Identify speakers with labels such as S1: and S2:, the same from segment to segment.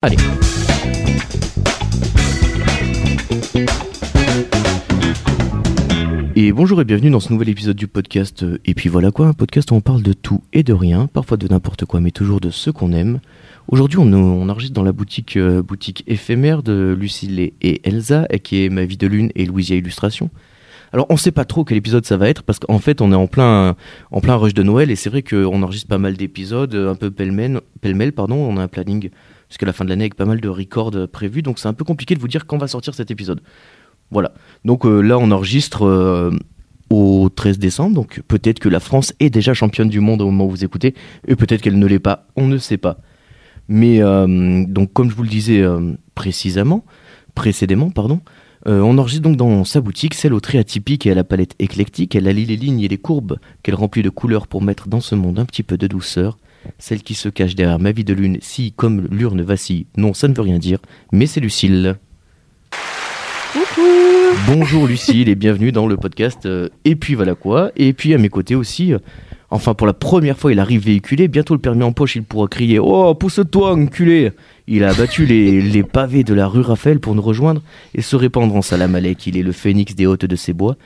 S1: Allez. Et bonjour et bienvenue dans ce nouvel épisode du podcast. euh, Et puis voilà quoi, un podcast où on parle de tout et de rien, parfois de n'importe quoi, mais toujours de ce qu'on aime. Aujourd'hui, on, on enregistre dans la boutique, euh, boutique éphémère de Lucille et Elsa, et qui est Ma vie de lune et Louisia Illustration. Alors, on sait pas trop quel épisode ça va être, parce qu'en fait, on est en plein, en plein rush de Noël, et c'est vrai qu'on enregistre pas mal d'épisodes, euh, un peu pêle-mêle, pêle-mêle, pardon, on a un planning puisque la fin de l'année avec pas mal de records euh, prévus, donc c'est un peu compliqué de vous dire quand va sortir cet épisode. Voilà. Donc euh, là, on enregistre euh, au 13 décembre, donc peut-être que la France est déjà championne du monde au moment où vous écoutez, et peut-être qu'elle ne l'est pas, on ne sait pas. Mais euh, donc, comme je vous le disais euh, précisément, précédemment, pardon. euh, on enregistre donc dans sa boutique, celle au trait atypique et à la palette éclectique. Elle allie les lignes et les courbes qu'elle remplit de couleurs pour mettre dans ce monde un petit peu de douceur celle qui se cache derrière ma vie de lune, si comme l'urne vacille. Non, ça ne veut rien dire, mais c'est Lucille. Bonjour Lucille et bienvenue dans le podcast euh, Et puis voilà quoi. Et puis à mes côtés aussi, euh, enfin pour la première fois, il arrive véhiculé. Bientôt le permis en poche, il pourra crier Oh, pousse-toi, enculé Il a abattu les, les pavés de la rue Raphaël pour nous rejoindre et se répandre en salamalek. Il est le phénix des hôtes de ces bois.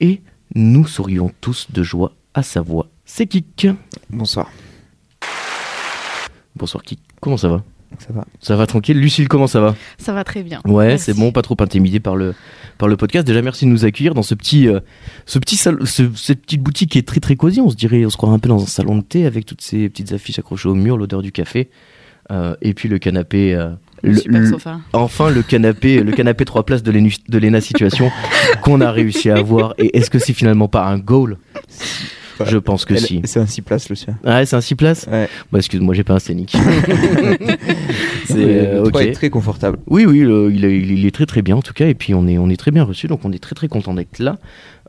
S1: Et nous sourions tous de joie à sa voix. C'est Kik.
S2: Bonsoir.
S1: Bonsoir Kik. Comment ça va
S2: Ça va.
S1: Ça va tranquille. Lucille, comment ça va
S3: Ça va très bien.
S1: Ouais,
S3: Merci.
S1: c'est bon, pas trop intimidé par le, par le podcast. Déjà, merci de nous accueillir dans ce petit, euh, ce petit salon, ce- cette petite boutique qui est très très cosy. On se dirait, on se croirait un peu dans un salon de thé avec toutes ces petites affiches accrochées au mur, l'odeur du café, euh, et puis le canapé. euh, le-
S3: Super
S1: le-
S3: sofa.
S1: enfin, le canapé, le canapé trois places de l'ENA de l'ENA situation qu'on a réussi à avoir. Et est-ce que c'est finalement pas un goal Je pense que
S2: Elle-
S1: si.
S2: C'est un 6 places le sien.
S1: Ah, ouais, c'est un six places
S2: Ouais.
S1: Bah, excuse-moi, j'ai pas un scénic.
S2: C'est
S1: euh,
S2: le trois
S1: ok.
S2: est très confortable.
S1: Oui, oui, le- il, est, il est très très bien en tout cas, et puis on est, on est très bien reçu, donc on est très très content d'être là.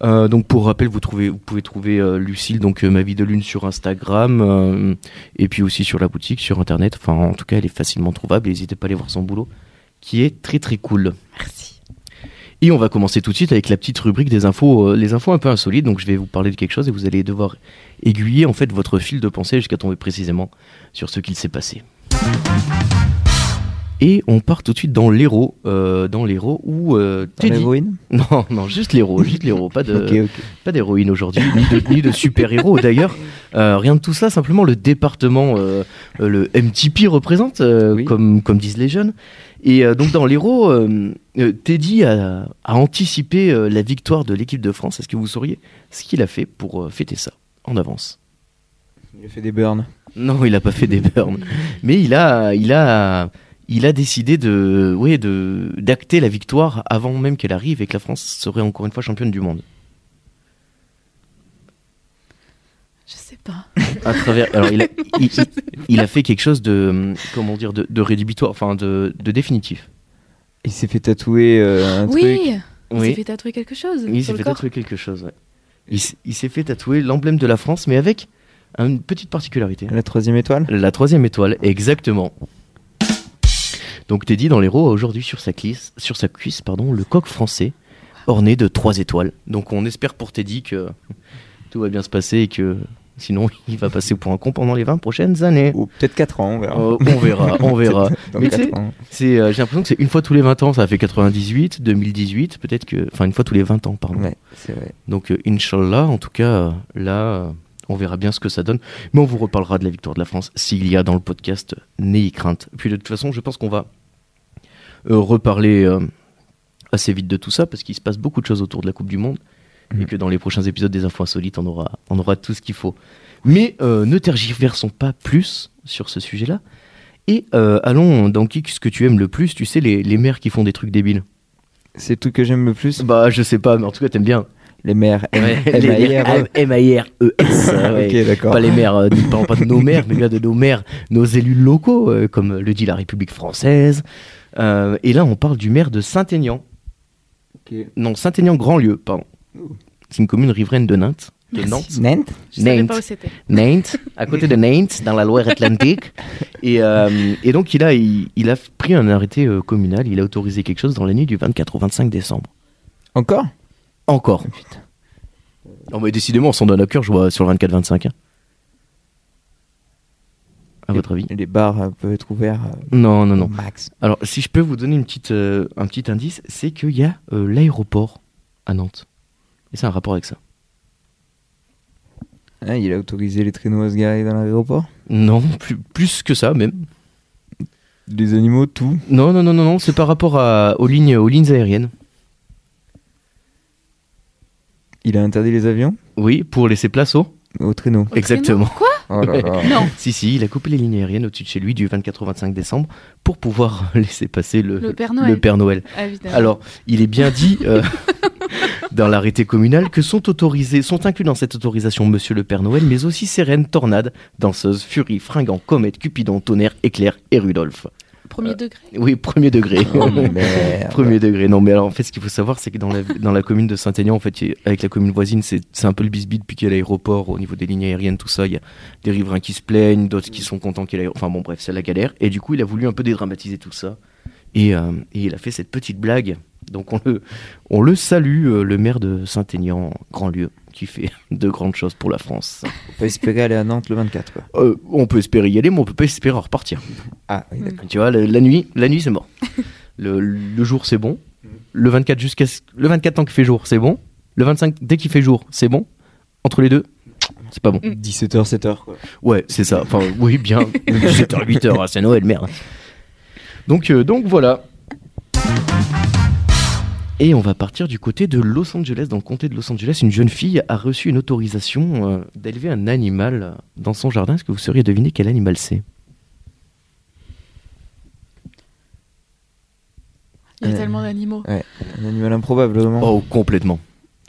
S1: Euh, donc pour rappel, vous, trouvez, vous pouvez trouver euh, Lucille, donc euh, ma vie de lune sur Instagram, euh, et puis aussi sur la boutique, sur Internet, enfin en tout cas elle est facilement trouvable, n'hésitez pas à aller voir son boulot, qui est très très cool.
S3: Merci.
S1: Et on va commencer tout de suite avec la petite rubrique des infos, euh, les infos un peu insolites. Donc je vais vous parler de quelque chose et vous allez devoir aiguiller en fait votre fil de pensée jusqu'à tomber précisément sur ce qu'il s'est passé. Et on part tout de suite dans l'héros, euh, dans l'héros où euh,
S2: Dans
S1: Teddy.
S2: l'héroïne
S1: Non, non, juste l'héros, juste l'héros, pas de,
S2: Ok, ok.
S1: pas d'héroïne aujourd'hui, ni de, ni de super-héros d'ailleurs. Euh, rien de tout ça, simplement le département, euh, euh, le MTP représente, euh,
S2: Oui.
S1: comme, comme disent les jeunes. Et euh, donc dans l'héros, euh, euh, Teddy a, a anticipé euh, la victoire de l'équipe de France. Est-ce que vous sauriez ce qu'il a fait pour euh, fêter ça en avance
S2: Il a fait des burns.
S1: Non, il n'a pas fait des burns, mais il a, il a, il a décidé de, ouais, de, d'acter la victoire avant même qu'elle arrive et que la France serait encore une fois championne du monde.
S3: Je sais pas.
S1: à travers. Alors, il a, il, il a fait quelque chose de, hum, comment dire, de, de rédhibitoire, enfin de, de définitif.
S2: Il s'est fait tatouer euh, un truc.
S3: Oui, il s'est
S1: Oui,
S3: fait tatouer quelque chose
S1: il
S3: sur
S1: s'est
S3: le
S1: fait
S3: corps.
S1: tatouer quelque chose. ouais. Il, s- il s'est fait tatouer l'emblème de la France, mais avec une petite particularité.
S2: La troisième étoile
S1: La troisième étoile, exactement. Donc Teddy dans l'héros a aujourd'hui sur sa cuisse, sur sa cuisse pardon, le coq français orné de trois étoiles. Donc on espère pour Teddy que tout va bien se passer et que sinon il va passer pour un con pendant les 20 prochaines années.
S2: Ou peut-être 4 ans, on verra.
S1: Euh, on verra, on verra.
S2: Dans
S1: Mais
S2: 4
S1: tu sais-
S2: ans.
S1: C'est, euh, j'ai l'impression que c'est une fois tous les 20 ans, ça a fait 98, 2018, peut-être que. Enfin, une fois tous les 20 ans, pardon.
S2: Ouais, c'est vrai.
S1: Donc, euh, Inch'Allah, en tout cas, euh, là, euh, on verra bien ce que ça donne. Mais on vous reparlera de la victoire de la France s'il y a dans le podcast, n'ayez crainte. Puis, de toute façon, je pense qu'on va euh, reparler euh, assez vite de tout ça parce qu'il se passe beaucoup de choses autour de la Coupe du Monde et
S2: Mhm.
S1: que dans les prochains épisodes des Infos Insolites, on aura, on aura tout ce qu'il faut. Mais euh, ne tergiversons pas plus sur ce sujet-là. Et euh, allons dans qui ce que tu aimes le plus, tu sais, les, les mères qui font des trucs débiles.
S2: C'est tout que j'aime le plus.
S1: Bah, je sais pas, mais en tout cas, t'aimes bien.
S2: Les mères.
S1: Ouais,
S2: M-
S1: les
S2: M.A.I.R..
S1: mères, euh, M-A-I-R-E-S. euh, ouais.
S2: Ah, Ok, d'accord.
S1: Pas les maires, euh, nous ne parlons pas de nos maires, mais bien de nos maires, nos élus locaux, euh, comme le dit la République française. Euh, et là, on parle du maire de Saint-Aignan.
S2: Ok.
S1: Non, Saint-Aignan-Grandlieu, pardon.
S2: Ouh.
S1: C'est une commune riveraine de Nantes. De Nantes.
S3: Merci.
S2: Nantes
S3: Je savais
S1: Nantes.
S3: pas où c'était.
S1: Nantes, à côté de Nantes, dans la Loire-Atlantique. Et, euh, et donc, il a, il, il a pris un arrêté euh, communal, il a autorisé quelque chose dans la nuit du 24 au 25 décembre.
S2: Encore
S1: Encore.
S2: Oh, putain.
S1: Non, mais décidément, on s'en donne à cœur, je vois sur le 24-25. hein. à votre avis
S2: Les bars euh, peuvent être ouverts euh,
S1: Non, non, non.
S2: au max.
S1: Alors, si je peux vous donner une petite, euh, un petit indice, c'est qu'il y a euh, l'aéroport à Nantes. Et c'est un rapport avec ça.
S2: Hein, il a autorisé les traîneaux à se garer dans l'aéroport.
S1: Non, plus, plus que ça même.
S2: Les animaux, tout.
S1: Non, non, non, non, non c'est par rapport à, aux, lignes, aux lignes aériennes.
S2: Il a interdit les avions
S1: Oui, pour laisser place aux.
S2: aux traîneaux.
S3: Au
S1: Exactement.
S3: traîneau. Quoi
S2: Oh là là.
S3: Non,
S1: Si, si, il a coupé les lignes aériennes au-dessus de chez lui du 24 au 25 décembre pour pouvoir laisser passer le,
S3: Le Père Noël.
S1: le Père Noël.
S3: ah, évidemment.
S1: Alors, il est bien dit euh, dans l'arrêté communal que sont autorisés, sont inclus dans cette autorisation Monsieur le Père Noël, mais aussi sirènes, tornades, danseuses, furies, fringants, comètes, cupidon, tonnerre, éclair et Rudolph. euh,
S3: Premier degré
S1: Oui, premier degré.
S2: Oh, merde.
S1: Premier degré. Non, mais alors en fait, ce qu'il faut savoir, c'est que dans la, dans la commune de Saint-Aignan, en fait, il y a- avec la commune voisine, c'est c'est un peu le bisbis depuis qu'il y a l'aéroport, au niveau des lignes aériennes, tout ça. Il y a des riverains qui se plaignent, d'autres qui sont contents qu'il y ait l'aéro- Enfin bon, bref, c'est la galère. Et du coup, il a voulu un peu dédramatiser tout ça. Et, euh, et il a fait cette petite blague. Donc on le, on le salue, euh, le maire de Saint-Aignan, grand lieu, qui fait de grandes choses pour la France.
S2: On peut espérer aller à Nantes le 24, quoi.
S1: Euh, on peut espérer y aller, mais on peut pas espérer en repartir.
S2: Ah, oui, d'accord.
S1: Tu vois, le- la nuit, la nuit c'est mort. Le, le jour c'est bon. Le 24 jusqu'à ce- le 24 tant qu'il fait jour, c'est bon. Le 25 dès qu'il fait jour, c'est bon. Entre les deux, c'est pas bon.
S2: Mm. 17h, 7h, quoi.
S1: Ouais, c'est ça. Enfin, oui, bien. 7h, 8h, hein, c'est Noël, merde. Donc, euh, donc voilà. Et on va partir du côté de Los Angeles. Dans le comté de Los Angeles, une jeune fille a reçu une autorisation euh, d'élever un animal dans son jardin. Est-ce que vous sauriez deviner quel animal c'est
S3: Il y a
S2: Euh,
S3: tellement d'animaux.
S2: Un animal improbable, vraiment.
S1: Oh, complètement.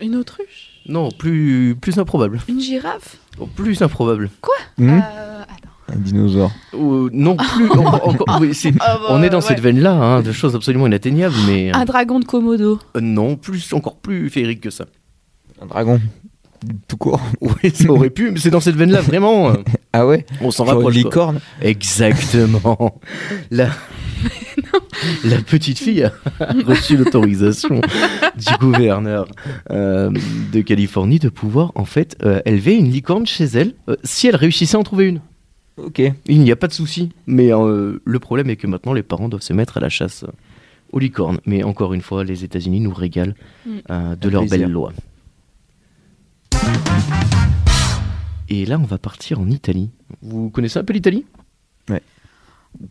S3: Une autruche
S1: Non, plus, plus improbable.
S3: Une girafe
S1: Oh, Plus improbable.
S2: Hmm
S3: Euh, attends.
S2: Un dinosaure.
S1: Euh, non, plus. encore- encore- oui, c'est-
S3: Ah, bah,
S1: on est dans
S3: ouais. Ah.
S1: cette veine-là, hein, de choses absolument inatteignables, mais
S3: Un dragon de Komodo.
S1: euh, non, plus encore plus féerique que ça.
S2: Un dragon. Tout court.
S1: Oui, ça aurait pu, mais c'est dans cette veine-là, vraiment. euh,
S2: Ah ouais
S1: On s'en
S2: Genre
S1: rapproche.
S2: Une
S1: quoi.
S2: licorne.
S1: Exactement. La... La petite fille a reçu l'autorisation du gouverneur euh, de Californie de pouvoir en fait euh, élever une licorne chez elle euh, si elle réussissait à en trouver une.
S2: Ok.
S1: Il n'y a pas de souci, mais euh, le problème est que maintenant les parents doivent se mettre à la chasse euh, aux licornes. Mais encore une fois, les États-Unis nous régalent
S3: Mm.
S1: euh, de leurs
S2: plaisir.
S1: belles lois. Et là, on va partir en Italie. Vous connaissez un peu l'Italie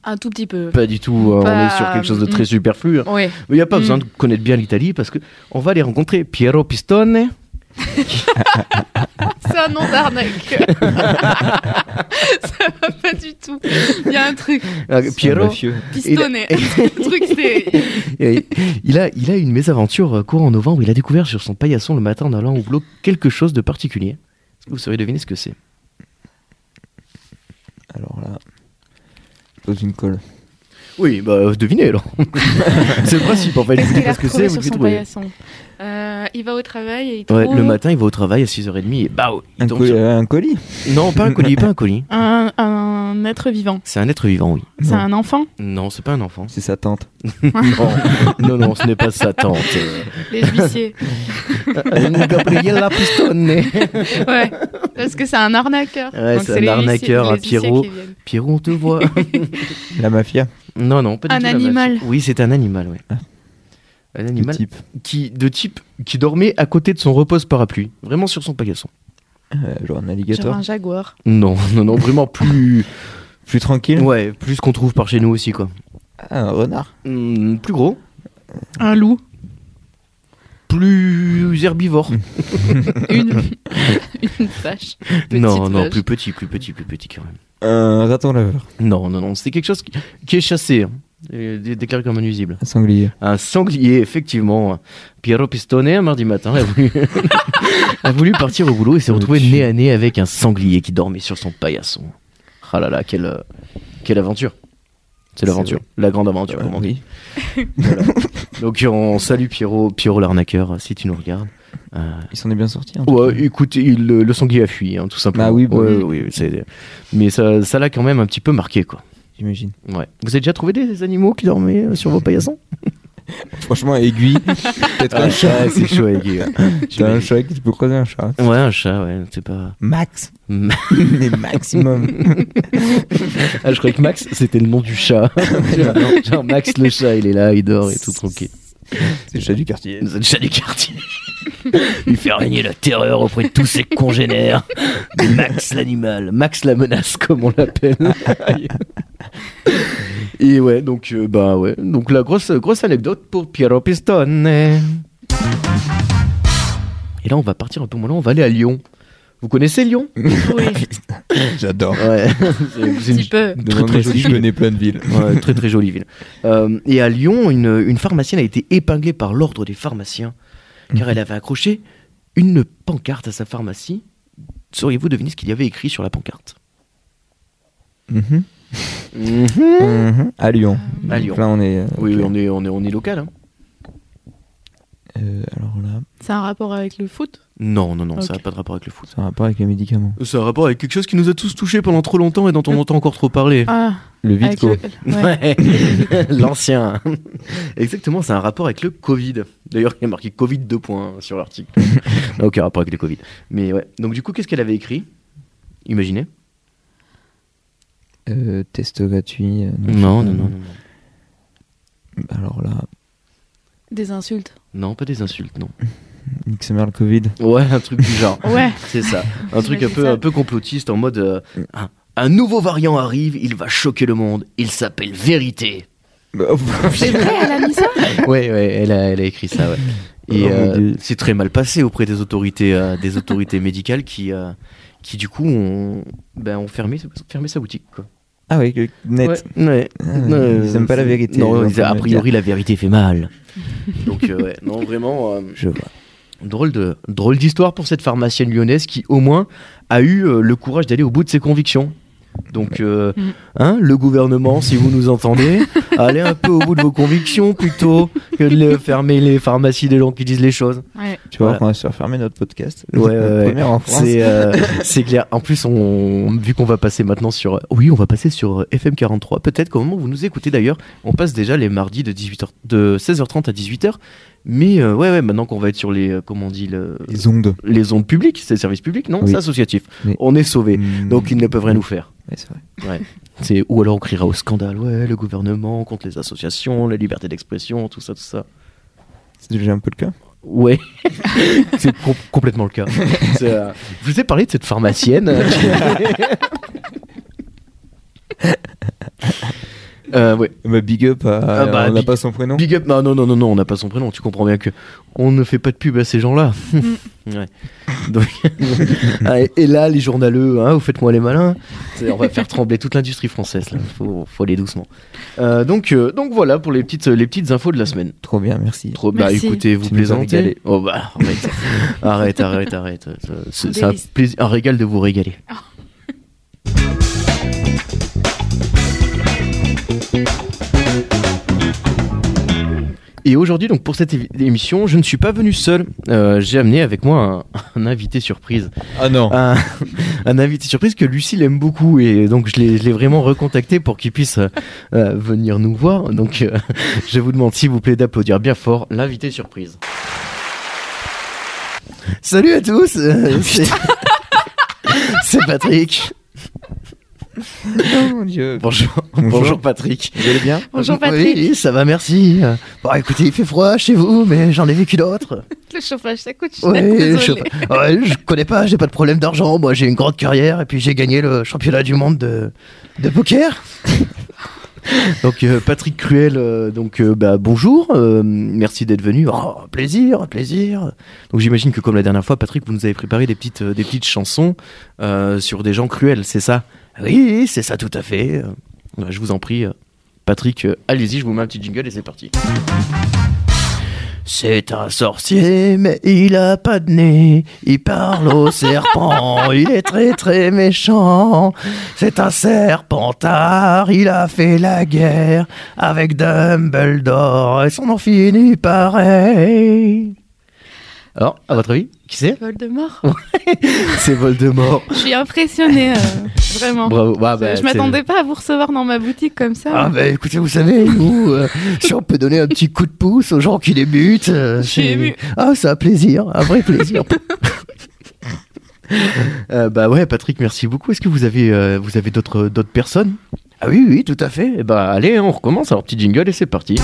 S3: Un tout petit peu.
S1: Pas du tout, hein, on
S3: Pas-
S1: est sur quelque chose de
S3: mm.
S1: très superflu. hein.
S3: Ouais.
S1: Mais il n'y a pas
S3: Mm.
S1: besoin de connaître bien l'Italie parce que on va aller rencontrer Piero Pistone.
S3: C'est un nom d'arnaque. ça va pas du tout. Il y a un truc.
S1: Euh,
S2: C'est un
S1: Piero,
S2: mafieux.
S3: Pistonné.
S1: Il
S3: Le truc, c'est.
S1: Et il, a, il a une mésaventure euh, courant en novembre. Il a découvert sur son paillasson le matin en allant au boulot quelque chose de particulier. Est-ce que vous sauriez deviner ce que c'est
S2: Alors là. Pose une colle.
S1: Oui, bah euh, devinez alors. c'est le principe en fait. Je
S3: Qu'est-ce
S1: vous dis
S3: qu'il a
S1: pas ce que
S3: retrouvé
S1: c'est, vous
S3: sur
S1: dites
S3: son
S1: oui.
S3: paillasson Euh, Il va au travail et il trouve.
S1: Ouais, le matin, il va au travail à 6h30 et bah, il
S2: Un,
S1: tombe
S2: col-
S1: sur-
S2: euh, un colis
S1: Non, pas un colis, pas un colis.
S3: Un, un être vivant.
S1: C'est un être vivant, oui.
S3: C'est
S2: Non.
S3: un enfant.
S1: Non, c'est pas un enfant.
S2: C'est sa tante.
S1: Non, non, non, ce n'est pas sa tante. Euh,
S3: Les huissiers.
S1: euh, Gabriella Pistone.
S3: ouais. Parce que c'est un arnaqueur.
S1: Ouais,
S3: Donc
S1: c'est un
S3: les huissiers-
S1: arnaqueur,
S3: les
S1: un
S3: huissiers
S1: Pierrot.
S3: qui viennent.
S1: Pierrot, on te voit.
S2: La mafia.
S1: Non, non, pas du
S3: Un
S1: tout la
S3: animal.
S1: mafia. Oui, c'est un animal, ouais. Un
S2: le
S1: animal
S2: type.
S1: qui, de type qui dormait à côté de son repose parapluie, vraiment sur son paillasson.
S2: Euh, genre un
S3: Genre
S2: alligator.
S3: un jaguar.
S1: Non, non, non, vraiment plus.
S2: Plus tranquille.
S1: ouais, plus qu'on trouve par chez nous aussi, quoi.
S2: Ah, un renard.
S1: Hmm, plus gros,
S3: Un loup.
S1: plus herbivore.
S3: Une, une vache. Petite
S1: non, non,
S3: vache.
S1: plus petit, plus petit, plus petit quand même.
S2: Un raton laveur.
S1: Non, non, non, c'est quelque chose qui, qui est chassé, hein, et dé- déclaré comme un nuisible.
S2: Un sanglier.
S1: Un sanglier, effectivement. Piero Pistone, un mardi matin, a voulu, a voulu partir au boulot et s'est
S2: Oh,
S1: retrouvé
S2: tu-
S1: nez à nez avec un sanglier qui dormait sur son paillasson. Ah là là, quelle, euh, quelle aventure! C'est
S2: C'est
S1: l'aventure, la grande aventure.
S2: Euh,
S1: comme on dit.
S2: oui.
S1: Donc euh, on salue Pierrot, Pierrot l'arnaqueur, si tu nous regardes. Euh,
S2: Il s'en est bien sorti. en tout
S1: ouais, écoute, il- le, le sanglier a fui, hein, tout simplement.
S2: Bah oui, bah
S1: Ouais,
S2: oui.
S1: oui, c'est- mais ça ça l'a quand même un petit peu marqué, quoi.
S2: cas, J'imagine.
S1: Ouais. Vous avez déjà trouvé des animaux qui dormaient euh, sur vos paillassons
S2: Franchement, aiguille. Peut-être
S1: Ah,
S2: un chat.
S1: c'est chaud avec lui, hein. ouais.
S2: T'as un
S1: J'imagine.
S2: chat qui peut croiser un chat.
S1: Ouais, un chat, ouais, c'est pas.
S2: Max.
S1: ah,
S2: Les maximum.
S1: je croyais que Max, c'était le nom du chat. Genre, Max le chat, il est là, il dort et tout tranquille.
S2: C'est le chat du quartier.
S1: C'est le chat du quartier. Il fait régner la terreur auprès de tous ses congénères. Max l'animal, Max la menace, comme on l'appelle. Et ouais, donc, euh, bah ouais. Donc, la grosse, grosse anecdote pour Piero Pistone. Et là, on va partir un peu moins loin, on va aller à Lyon. Vous connaissez Lyon
S3: Oui,
S2: J'adore.
S1: Ouais, c'est- c'est
S3: un
S1: une-
S3: petit peu.
S1: Très, très
S2: Demande-moi si
S1: joli.
S2: je connais plein de villes.
S1: Ouais, très très jolie ville. Euh, et à Lyon, une, une pharmacienne a été épinglée par l'ordre des pharmaciens car elle avait accroché une pancarte à sa pharmacie. Sauriez-vous deviner ce qu'il y avait écrit sur la pancarte
S2: Mhm. Mhm. À Lyon.
S1: À Lyon.
S2: Donc Là, on est. euh,
S1: Oui,
S2: ok.
S1: on est, on est, on est local. hein.
S2: Euh, alors là,
S3: C'est un rapport avec le foot
S1: Non, non, non, ça n'a
S3: Ok.
S1: pas de rapport avec le foot.
S2: ça a rapport avec les médicaments.
S1: Ça a rapport avec quelque chose qui nous a tous touchés pendant trop longtemps et dont on entend encore trop parler.
S3: Ah,
S2: Le
S3: avec
S2: Vitco.
S3: le- ouais.
S1: Ouais. L'ancien. Exactement, c'est un rapport avec le Covid. D'ailleurs, il y a marqué Covid 2 points sur l'article. Aucun rapport avec le Covid. Mais ouais. Donc, du coup, qu'est-ce qu'elle avait écrit Imaginez
S2: Euh, test gratuit. euh, je sais pas.
S1: non.
S2: Alors là,
S3: Des insultes.
S1: Non, pas des insultes, non.
S2: nique le Covid.
S1: Ouais, un truc du genre.
S3: Ouais.
S1: C'est ça. Un truc un
S3: J'imagine
S1: peu,
S3: ça.
S1: un peu complotiste en mode euh, un, un nouveau variant arrive, il va choquer le monde, il s'appelle Vérité. Bah,
S3: C'est vrai, elle a mis ça
S1: Ouais, ouais, elle a, elle a écrit ça, ouais. Et
S2: Oh mon
S1: euh,
S2: Dieu.
S1: c'est très mal passé auprès des autorités, euh, des autorités médicales qui, euh, qui du coup, ont, ben, ont fermé, fermé sa boutique. Quoi.
S2: ah oui, le- net.
S1: Ouais, ouais.
S2: Ah, ils aiment pas la
S1: c'est-
S2: vérité,
S1: Non,
S2: ils ont
S1: ils- a
S2: entendu
S1: priori, la vérité fait mal. Donc, euh, ouais, non, vraiment, euh,
S2: Je vois.
S1: drôle de drôle d'histoire pour cette pharmacienne lyonnaise qui, au moins, a eu euh, le courage d'aller au bout de ses convictions. Donc, euh,
S3: Mhm.
S1: hein, le gouvernement, si vous nous entendez, allez un peu au bout de vos convictions plutôt que de le- fermer les pharmacies des gens qui disent les choses.
S3: Ouais.
S2: Tu vois
S1: Voilà.
S2: qu'on va se faire fermer notre podcast.
S1: Ouais, ouais,
S2: Le
S1: ouais.
S2: Premier en France.
S1: C'est euh, c'est clair. En plus, on, vu qu'on va passer maintenant sur. Oui, on va passer sur euh, FM 43. Peut-être qu'au moment où vous nous écoutez d'ailleurs, on passe déjà les mardis de, 18h, de 16h30 à 18h. Mais euh, ouais, ouais, maintenant qu'on va être sur les. euh, comment on dit le-
S2: Les ondes.
S1: Les ondes publiques, c'est le service public, non
S2: Oui.
S1: C'est associatif.
S2: Oui.
S1: On est sauvé.
S2: Mm.
S1: Donc ils ne peuvent rien nous faire.
S2: Ouais, c'est vrai.
S1: C'est ou alors on criera au scandale. Ouais, le gouvernement contre les associations, la liberté d'expression, tout ça, tout ça.
S2: C'est déjà un peu le cas.
S1: Ouais, c'est com- complètement le cas. C'est, euh, Je vous ai parlé de cette pharmacienne. Euh, ouais.
S2: Bah, big up à-
S1: Ah bah,
S2: on n'a
S1: big-
S2: pas son prénom.
S1: Big up, non, non, non, non, non, on n'a pas son prénom, tu comprends bien que on ne fait pas de pub à ces gens-là. Ouais. Donc, ah, et- et là, les journaleux, hein, vous faites-moi les malins, C'est- on va faire trembler toute l'industrie française, là, faut, faut aller doucement. Euh, donc, euh, donc voilà pour les petites, les petites infos de la semaine.
S2: Trop bien, merci.
S1: Trop, bah
S3: Merci.
S1: écoutez, vous
S2: Tu nous as
S1: plaisantez.
S2: régalé.
S1: Oh bah arrête, arrête, arrête, arrête. Euh, C'est c'est un,
S3: Délice.
S1: plaisir- un régal de vous régaler. Et aujourd'hui, donc pour cette évi- émission, je ne suis pas venu seul. Euh, J'ai amené avec moi un, un invité surprise,
S2: Ah non.
S1: un, un invité surprise que Lucille aime beaucoup et donc je l'ai je l'ai vraiment recontacté pour qu'il puisse euh, euh, venir nous voir. Donc euh, je vous demande s'il vous plaît d'applaudir bien fort l'invité surprise. Salut à tous, euh,
S2: Ah,
S1: c'est c'est Patrick.
S2: Oh mon dieu.
S1: Bonjour,
S2: Bonjour.
S1: bonjour Patrick.
S2: Vous allez bien
S3: Bonjour
S1: Oui,
S3: Patrick.
S1: Oui, ça va, merci. Euh, Bon, écoutez, il fait froid chez vous, mais j'en ai vécu d'autres.
S3: Le chauffage, ça coûte cher.
S1: Ouais,
S3: désolée.
S1: je, ouais, je connais pas, j'ai pas de problème d'argent. Moi, j'ai une grande carrière et puis j'ai gagné le championnat du monde de, de poker. donc, euh, Patrick Cruel, euh, donc, euh, bah, bonjour, euh, merci d'être venu. Oh, plaisir, plaisir. Donc, j'imagine que comme la dernière fois, Patrick, vous nous avez préparé des petites, euh, des petites chansons euh, sur des gens cruels, c'est ça Oui, c'est ça, tout à fait. Euh, je vous en prie, euh, Patrick, euh, allez-y, je vous mets un petit jingle et c'est parti. C'est un sorcier, mais il a pas de nez. Il parle au serpent, il est très très méchant. C'est un serpentard, il a fait la guerre avec Dumbledore et son nom finit pareil. Alors, à votre avis, qui c'est
S3: Voldemort.
S1: C'est Voldemort.
S3: Je suis impressionnée, euh, vraiment.
S1: Bravo. Bah, bah,
S3: je
S1: c'est-
S3: m'attendais pas à vous recevoir dans ma boutique comme ça.
S1: Ah bah écoutez, vous savez, nous, euh, si on peut donner un petit coup de pouce aux gens qui débutent, euh,
S3: Je suis
S1: c'est-
S3: émue.
S1: Ah, c'est un plaisir, un vrai plaisir. Euh, bah ouais, Patrick, merci beaucoup. Est-ce que vous avez, euh, vous avez d'autres, d'autres personnes Ah oui, oui, tout à fait. Eh bah allez, on recommence. Alors petit jingle et c'est parti.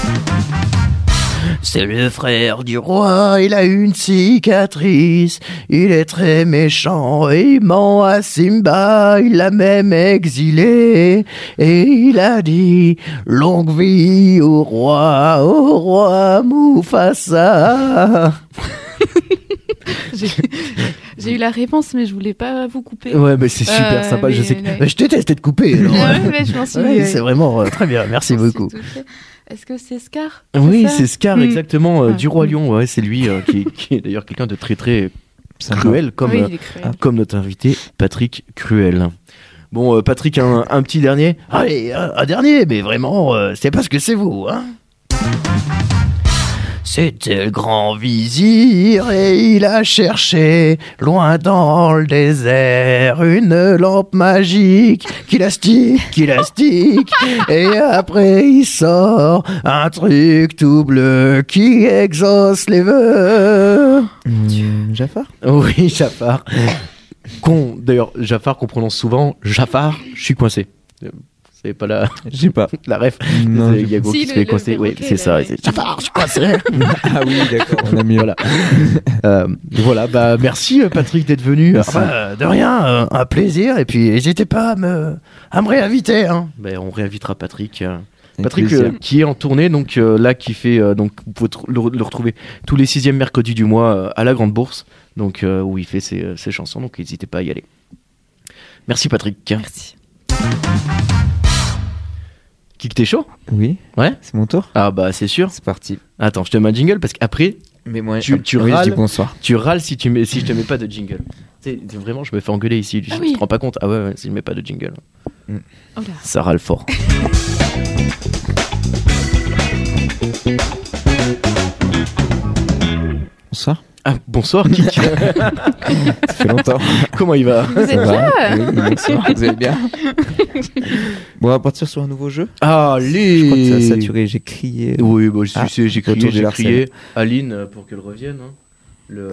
S1: C'est le frère du roi, il a une cicatrice, il est très méchant et il ment à Simba, il l'a même exilé et il a dit longue vie au roi, au roi Mufasa.
S3: J'ai j'ai eu la réponse, mais je voulais pas vous couper.
S1: Ouais, mais c'est super
S3: Euh,
S1: sympa. Je
S3: mais,
S1: sais que
S3: ouais.
S1: je déteste être coupé. alors.
S3: Ah ouais, ouais, je m'en suis
S1: Ouais,
S3: euh,
S1: c'est vraiment euh, très bien. Merci
S3: je m'en suis
S1: beaucoup.
S3: touchée. Est-ce que c'est Scar
S1: Oui,
S3: ça
S1: c'est Scar,
S3: Mm.
S1: exactement, euh,
S3: Ouais.
S1: du Roi Lion. Ouais, c'est lui euh, qui, qui est d'ailleurs quelqu'un de très très
S2: Sympa.
S1: cruel, comme
S3: Ah. Oui,
S1: euh,
S3: il est cruel.
S1: Ah, comme notre invité Patrick Cruel. Bon, euh, Patrick, un, un petit dernier Allez, un, un dernier, mais vraiment, euh, c'est parce que c'est vous, hein C'était le grand vizir et il a cherché, loin dans le désert, une lampe magique qui l'astique, qui l'astique. et après il sort un truc tout bleu qui exauce les vœux.
S2: Hum, Jafar
S1: Oh Oui, Jafar. Con. D'ailleurs, Jafar qu'on prononce souvent Jafar, je suis coincé. Euh, Vous savez pas la,
S2: Je sais pas.
S1: la ref
S2: Non,
S1: C'est
S2: j'ai-
S1: Yago
S3: Si,
S1: qui se
S3: le-
S1: fait
S3: le
S1: coincer. Oui,
S3: perroquet,
S1: c'est
S3: là,
S1: ça.
S3: ouais.
S1: c'est Jafar, je suis coincé.
S2: ah oui, d'accord, on a mieux.
S1: voilà. Euh, voilà, bah merci euh, Patrick d'être venu.
S2: Merci.
S1: Ah bah, de rien, euh, un plaisir. Et puis n'hésitez pas à me, à me réinviter. hein. Ben, on réinvitera Patrick. euh, Patrick euh, qui est en tournée donc euh, là qui fait euh, donc vous pouvez tr- le, le retrouver tous les sixièmes mercredis du mois euh, à la Grande Bourse donc euh, où il fait ses, euh, ses chansons donc n'hésitez pas à y aller. Merci Patrick.
S3: Merci.
S1: Kik t'es chaud
S2: Oui
S1: Ouais.
S2: C'est mon tour
S1: Ah bah c'est sûr.
S2: euh, C'est parti.
S1: Attends je te mets un jingle parce qu'après
S2: Mais moi,
S1: Tu- tu
S2: oui, je dis
S1: râles
S2: bonsoir.
S1: tu râles si tu mets si je te mets pas de jingle. Tu sais, vraiment je me fais engueuler ici tu
S3: Ah
S1: tu
S3: oui.
S1: te rends pas compte ah ouais, ouais, si je mets pas de jingle
S3: Oh là.
S1: ça râle fort.
S2: Bonsoir.
S1: Ah, bonsoir Kik
S2: Ça fait longtemps.
S1: comment il Ah, va
S3: Vous êtes
S2: Ça
S3: là
S2: va Oui, bonsoir. Vous allez bien Bon, on va partir sur un nouveau jeu.
S1: Allez
S2: Je crois que ça a saturé, j'ai crié.
S1: Ah, Oui, bah, je
S2: Ah,
S1: sais, j'ai crié,
S2: retour de
S1: j'ai
S2: Larsen.
S1: crié. Aline, euh, pour qu'elle revienne. hein. Le-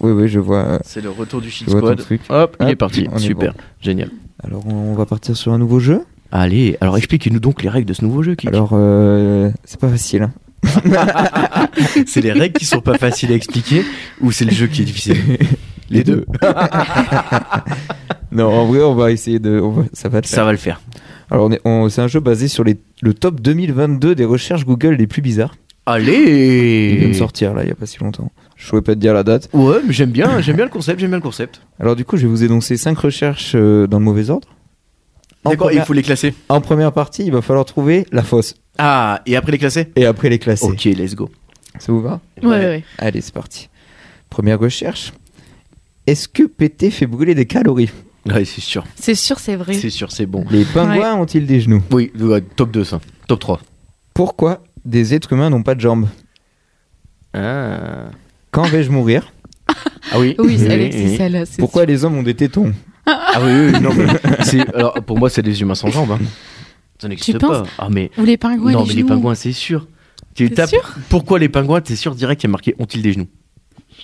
S2: Oui, oui, je vois. euh,
S1: C'est le retour du shit
S2: Je vois ton
S1: squad.
S2: truc.
S1: Hop, il
S2: Hop,
S1: est parti.
S2: on est
S1: Super, génial.
S2: Alors, on va partir sur un nouveau jeu.
S1: Allez, alors expliquez-nous donc les règles de ce nouveau jeu. Kik.
S2: Alors, euh, c'est pas facile. hein.
S1: c'est les règles qui sont pas faciles à expliquer ou c'est le jeu qui est difficile Les deux.
S2: non, en vrai, on va essayer de. on va- Ça va le faire.
S1: Ça va le faire.
S2: Alors, on est- on- c'est un jeu basé sur les, le top 2022 des recherches Google les plus bizarres. Il vient
S1: Allez
S2: de sortir, là, il y a pas si longtemps. Je ne pouvais pas te dire la date.
S1: Ouais, mais j'aime bien, j'aime bien le concept, j'aime bien le concept.
S2: Alors, du coup, je vais vous énoncer 5 recherches euh, dans le mauvais ordre. En
S1: D'accord, il
S2: première,
S1: faut les classer.
S2: en première partie, il va falloir trouver la fausse
S1: Ah, et après les classer
S2: et après les classer.
S1: Ok, let's go.
S2: Ça vous va
S3: Ouais, ouais, ouais.
S2: Allez, c'est parti. Première recherche. Est-ce que péter fait brûler des calories
S1: Ouais, c'est sûr,
S3: C'est sûr, c'est vrai.
S1: c'est sûr, c'est bon.
S2: Les pingouins ont-ils des genoux
S1: Oui, ouais, top 2 ça, top 3.
S2: Pourquoi des êtres humains n'ont pas de jambes
S1: Ah,
S2: Quand vais-je mourir
S1: ah oui,
S3: Oui, c'est- elle
S1: oui,
S3: est- c'est
S1: oui.
S3: celle-là. c'est
S2: Pourquoi
S3: sûr.
S2: les hommes ont des tétons
S1: Ah oui, oui, oui, non, mais c'est- alors, pour moi, c'est des humains sans jambes. hein. Ça n'existe pas.
S3: penses
S1: Ah, mais
S3: Ou les pingouins,
S1: non,
S3: les
S1: mais les
S3: genoux.
S1: pingouins, c'est sûr. Tu
S3: T'es
S1: tapes-
S3: sûr
S1: Pourquoi les pingouins T'es sûr direct qu'il y a marqué ont-ils des genoux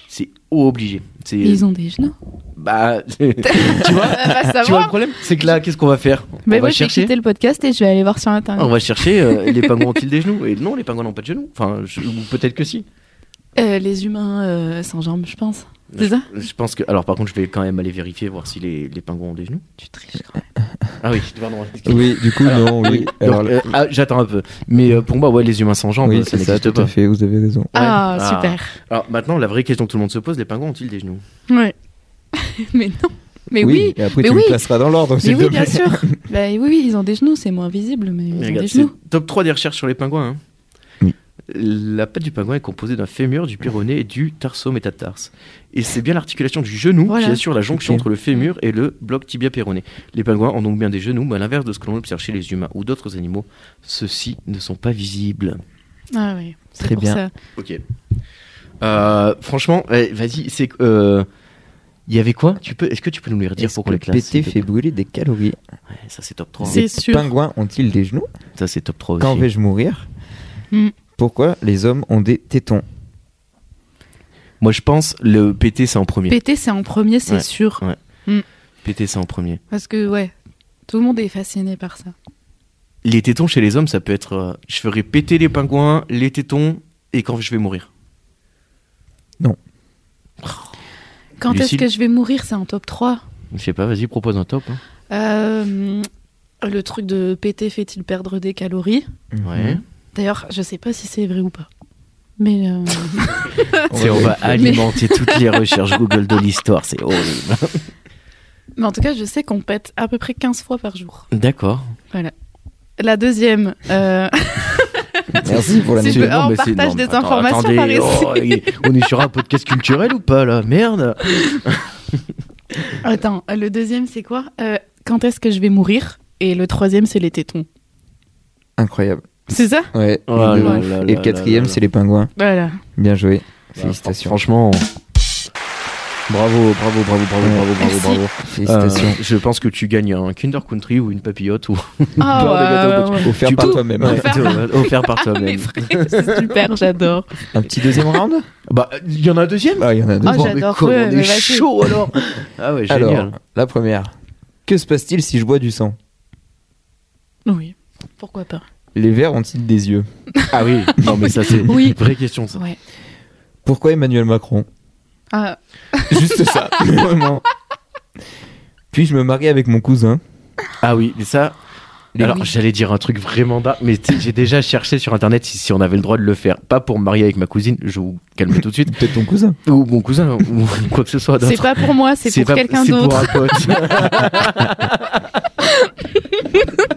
S1: C'est obligé. C'est
S3: Mais Ils ont des genoux. Ah, bah,
S1: bah tu vois. Tu vois le problème C'est que là, qu'est-ce qu'on va faire On
S3: Mais
S1: va
S3: moi, je vais
S1: chercher.
S3: quitter le podcast et je vais aller voir sur internet.
S1: On va chercher euh, les pingouins ont-ils des genoux Et non, les pingouins n'ont pas de genoux. Enfin, je- ou peut-être que si.
S3: Euh, les humains euh, sans jambes, je pense. C'est ça
S1: Je pense que. Alors, par contre, je vais quand même aller vérifier voir si les, les pingouins ont des genoux.
S3: Tu triches quand même.
S1: Ah oui, pardon.
S2: Oui, du coup, non, oui.
S1: Donc,
S2: Alors,
S1: euh, ah, J'attends un peu. Mais euh, pour moi, ouais, les humains sans jambes,
S2: oui,
S1: ça
S2: c'est ça,
S1: n'existe
S2: tout
S1: pas.
S2: à fait, vous avez raison.
S3: Ah,
S1: Ah.
S3: super.
S1: Alors maintenant, la vraie question que tout le monde se pose, les pingouins ont-ils des genoux
S3: Ouais. mais non. Mais oui.
S2: et après,
S3: mais
S2: tu
S3: oui.
S2: le placeras dans l'ordre,
S3: Mais
S2: s'il
S3: oui,
S2: te
S3: bien
S2: plaît.
S3: sûr. bah, oui, oui, ils ont des genoux, c'est moins visible, mais ils ont
S1: Regarde,
S3: des
S1: c'est
S3: genoux.
S1: top 3 des recherches sur les pingouins. hein.
S2: Oui.
S1: La patte du pingouin est composée d'un fémur, du pyrénée et du tarsométatarse. Et c'est bien l'articulation du genou
S3: Voilà.
S1: qui assure la jonction
S2: Ok.
S1: entre le fémur et le bloc tibia péroné. Les pingouins ont donc bien des genoux, mais à l'inverse de ce que l'on observe chez les humains ou d'autres animaux, ceux-ci ne sont pas visibles.
S3: Ah oui. c'est
S2: Très
S3: pour
S2: bien.
S3: ça.
S1: Ok. Euh, franchement, eh, vas-y, c'est. euh, Il y avait quoi Tu peux Est-ce que tu peux nous les redire
S2: Est-ce
S1: pour
S2: que
S1: qu'on
S2: le
S1: les classe
S2: PT fait brûler des calories
S1: Ouais, Ça c'est top 3.
S3: C'est
S2: Les
S3: sûr.
S2: pingouins ont-ils des genoux
S1: Ça c'est top 3 aussi.
S2: Quand vais-je mourir
S3: Hmm.
S2: Pourquoi les hommes ont des tétons
S1: Moi je pense le PT c'est en premier.
S3: Péter, c'est en premier, c'est
S1: Ouais.
S3: sûr.
S1: PT c'est en premier.
S3: Parce que, ouais, tout le monde est fasciné par ça.
S1: Les tétons chez les hommes ça peut être. euh, je ferai péter les pingouins, les tétons et quand je vais mourir.
S3: Quand est-ce
S1: Lucille
S3: que je vais mourir C'est en top 3.
S1: Je sais pas, vas-y propose un top. hein.
S3: Euh, le truc de péter fait-il perdre des calories Hmm.
S1: Ouais.
S3: D'ailleurs, je sais pas si c'est vrai ou pas. Mais euh,
S1: C'est- on va
S2: vérifier.
S1: alimenter toutes les recherches Google de l'histoire, c'est horrible.
S3: mais en tout cas, je sais qu'on pète à peu près 15 fois par jour.
S1: D'accord.
S3: La deuxième, euh,
S2: Merci pour la
S3: Si je
S2: nouvelle.
S3: peux- Ah, on
S1: mais c'est-
S3: partage
S1: mais
S3: des informations par ici.
S1: oh, on est sur un podcast culturel ou pas là Merde
S3: attends, le deuxième c'est quoi Euh, Quand est-ce que je vais mourir Et le troisième c'est les tétons.
S2: Incroyable.
S3: C'est ça
S2: Ouais.
S1: Oh là
S2: les deux.
S1: là là là
S2: Et le quatrième,
S1: là là.
S2: c'est les pingouins.
S3: Voilà.
S2: Bien joué.
S1: Bah,
S2: Félicitations.
S1: Franchement. Bravo, bravo, bravo, bravo,
S2: Ouais.
S1: bravo, bravo,
S3: Merci.
S1: bravo.
S2: Félicitations.
S1: Euh, je pense que tu gagnes un Kinder Country ou une papillote ou
S3: Ah ouais, ouais, ouais.
S2: Offert
S1: tu
S2: par
S1: peux-
S2: toi-même.
S3: Ouais.
S1: de- offert par
S3: ben, Les
S1: toi-même.
S3: frais, c'est super, j'adore.
S2: Un petit deuxième round
S1: Bah, il y en a un deuxième
S2: Ah, il y en a deux.
S3: Ah,
S1: Bon,
S3: j'adore,
S1: mais comment
S3: ouais,
S1: on
S3: mais
S1: est
S3: vas-y.
S1: chaud alors Ah ouais,
S2: Alors,
S1: génial.
S2: la première. Que se passe-t-il si je bois du sang
S3: Oui, pourquoi pas.
S2: Les vers ont-ils des yeux
S1: Ah oui, non mais ça c'est
S3: Oui.
S1: une vraie question ça.
S3: Ouais.
S2: Pourquoi Emmanuel Macron
S3: Ah,
S2: Juste ça, vraiment. Puis-je me marier avec mon cousin
S1: Ah oui, mais ça...
S2: Les
S1: alors
S2: oui.
S1: j'allais dire un truc vraiment dingue, mais tu sais, j'ai déjà cherché sur internet si, si on avait le droit de le faire. Pas pour me marier avec ma cousine, je vous calme tout de suite,
S2: Peut-être ton cousin.
S1: ou mon cousin, ou quoi que ce soit d'autre.
S3: c'est pas pour moi, c'est pour
S1: pas-
S3: quelqu'un
S1: c'est pour
S3: d'autre.
S1: un pote.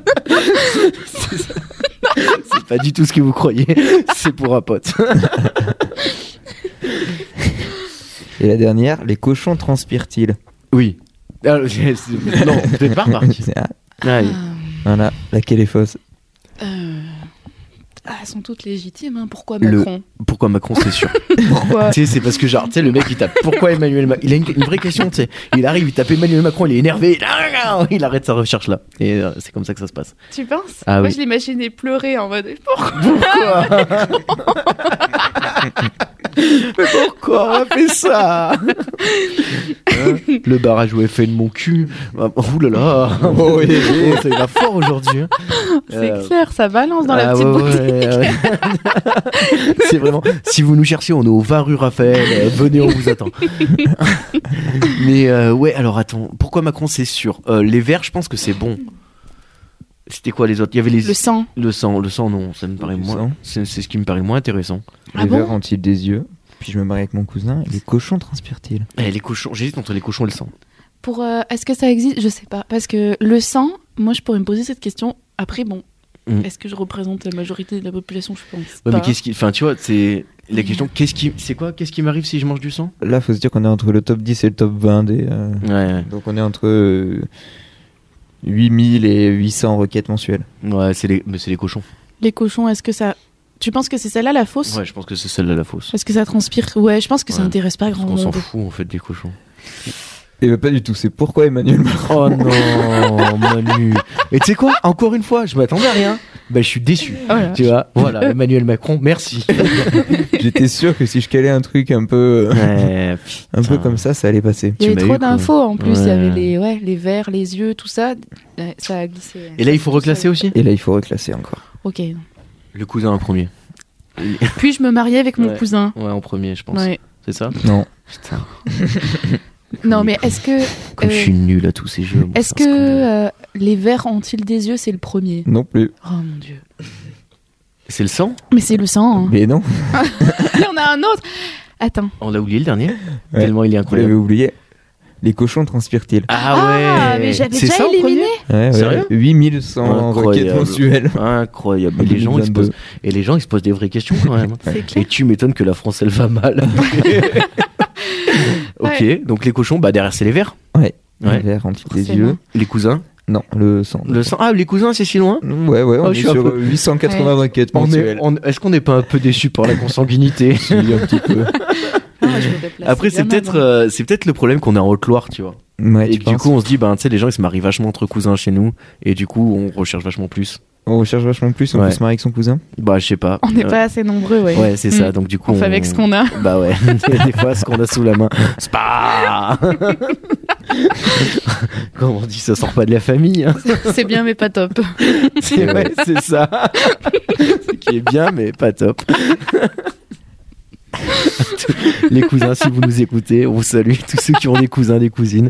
S1: C'est ça. C'est pas du tout ce que vous croyez. C'est pour un pote.
S2: Et la dernière, les cochons transpirent-ils
S1: Oui. Ah, c'est- c'est- non, peut-être pas remarqué.
S2: Ah,
S1: Ouais.
S2: Voilà, laquelle est fausse
S3: Euh, euh, ah, elles sont toutes légitimes, hein. pourquoi
S1: Le-
S3: Macron
S1: Pourquoi Macron, c'est sûr.
S3: Pourquoi
S1: Tu sais, c'est parce que genre, tu sais, le mec il tape pourquoi Emmanuel Macron. Il a une, une vraie question, tu sais. Il arrive, il tape Emmanuel Macron, il est énervé. Ah, Il arrête sa recherche là. Et euh, c'est comme ça que ça se passe.
S3: Tu penses
S1: Ah
S3: Moi,
S1: oui.
S3: je l'imaginais pleurer en mode pourquoi
S1: Pourquoi Mais Pourquoi on a fait ça Hein Le barrage où est fait de mon cul. Ah, Ouh là là
S2: Oh oui, oui.
S1: Ça va fort aujourd'hui. hein.
S3: C'est
S1: Euh,
S3: clair, ça balance dans la
S1: ah
S3: petite
S1: ouais,
S3: boutique.
S1: ouais, ouais. C'est vraiment. Si vous nous cherchez, on est au 20 rue Raphaël. euh, venez, on vous attend. Mais euh, ouais, alors attends. Pourquoi Macron, c'est sûr Euh, Les verts, je pense que c'est bon. C'était quoi les autres Il y avait les
S3: Le sang.
S1: le sang, le sang, non, ça me paraît
S2: Le
S1: moins.
S2: sang.
S1: C'est c'est ce qui me paraît moins intéressant.
S3: Ah
S2: Les
S3: bon
S2: vers ont-ils des yeux Puis-je me marier avec mon cousin Et les cochons transpirent-ils
S1: Eh, les cochons, j'hésite entre les cochons et le sang.
S3: Pour euh, est-ce que ça existe Je sais pas parce que le sang, moi je pourrais me poser cette question. Après bon,
S1: Mm.
S3: est-ce que je représente la majorité de la population Je pense.
S1: Ouais,
S3: pas.
S1: mais qu'est-ce qui. Enfin, tu vois, c'est la question. Qu'est-ce qui. C'est quoi Qu'est-ce qui m'arrive si je mange du sang
S2: Là, faut se dire qu'on est entre le top 10 et le top 20 des... euh,
S1: Ouais, ouais.
S2: Donc on est entre euh, 8000 et 800 requêtes mensuelles.
S1: Ouais, c'est les. Mais c'est les cochons.
S3: Les cochons, est-ce que ça Tu penses que c'est celle-là la fausse
S1: Ouais, je pense que c'est celle-là la fausse.
S3: Est-ce que ça transpire Ouais, je pense que ça
S1: Ouais.
S3: intéresse pas
S1: Parce
S3: grand
S1: qu'on s'en
S3: monde.
S1: fout en fait des cochons.
S2: Et ben, pas du tout, c'est pourquoi Emmanuel Macron
S1: Oh non, Manu. Et tu sais quoi Encore une fois, je m'attendais à rien. Bah, je suis déçu.
S3: Voilà.
S1: Tu vois Voilà, Emmanuel Macron, merci.
S2: J'étais sûr que si je calais un truc un peu, euh,
S1: Ouais,
S2: un peu
S1: putain.
S2: comme ça, ça allait passer.
S3: Il y
S1: Tu
S3: avait
S1: m'as
S3: trop
S1: eu, quoi.
S3: d'infos en plus. Il y avait
S1: Ouais.
S3: les ouais, les verres, les yeux, tout ça. Ouais, Ça a glissé.
S1: Et là, il faut reclasser aussi
S2: Et là, il faut reclasser encore.
S3: Ok.
S1: Le cousin en premier.
S3: Puis je me mariais avec mon
S1: Ouais.
S3: cousin.
S1: Ouais, en premier, je pense.
S3: Ouais.
S1: C'est ça
S2: Non.
S1: Putain,
S3: Non mais est-ce que
S1: comme
S3: Euh,
S1: je suis nul à tous ces jeux. moi,
S3: est-ce
S1: c'est un scandale.
S3: que euh, les verres ont-ils des yeux C'est le premier.
S2: Non plus.
S3: Oh mon dieu.
S1: C'est le sang
S3: Mais c'est le
S1: Ah.
S3: sang. hein.
S2: Mais non,
S3: Il y en a un autre. Attends.
S1: On l'a oublié le dernier
S2: Ouais.
S1: Tellement il est
S2: vous l'avez
S1: incroyable.
S2: oublié. Les cochons transpirent-ils
S3: Ah,
S1: Ah ouais
S3: mais j'avais
S1: C'est
S3: déjà
S1: ça, en
S3: éliminé.
S1: premier
S2: ouais,
S1: Sérieux
S2: 8100 requêtes
S1: Incroyable.
S2: mensuelles.
S1: Incroyable. Et les, gens, ils se posent... Et les gens, ils se posent des vraies questions quand même.
S3: C'est
S1: Et
S3: clair.
S1: tu m'étonnes que la France, elle va mal. ok, donc les cochons, bah derrière, c'est les verts.
S2: Ouais.
S1: Ouais.
S2: Les verts ont-ils des
S3: Forcément.
S2: yeux
S1: Les cousins.
S2: Non, le sang.
S1: Le sang. Ah, les cousins, c'est si loin
S2: Ouais, ouais, on
S1: Oh,
S2: est
S1: je suis un
S2: sur
S1: peu-
S2: 884
S1: On est-
S2: mensuels.
S1: on- Est-ce qu'on n'est pas un peu déçu par la consanguinité
S2: Si, un petit peu.
S3: Ah, je me déplace
S1: Après, c'est
S3: bien
S1: peut-être
S3: avant.
S1: euh, c'est peut-être le problème qu'on a en Haute-Loire, tu vois.
S2: Ouais,
S1: et
S2: tu
S1: que du
S2: penses
S1: coup, on se dit, ben, tu sais, les gens, ils se marient vachement entre cousins chez nous. Et du coup, on recherche vachement plus.
S2: on recherche vachement plus, on
S1: Ouais.
S2: peut se marier avec son cousin.
S1: Bah, je sais pas.
S3: On n'est
S1: Euh,
S3: pas assez nombreux, ouais.
S1: Ouais, c'est
S3: Mm.
S1: ça. Donc, du coup.
S3: On fait avec ce qu'on a.
S1: Bah ouais, des fois ce qu'on a sous la main. C'est pas Comme on dit, ça sort pas de la famille. hein.
S3: C'est bien, mais pas top.
S1: C'est ouais, c'est ça. Ce qui est bien, mais pas top. Les cousins, si vous nous écoutez, on vous salue. Tous ceux qui ont des cousins, des cousines,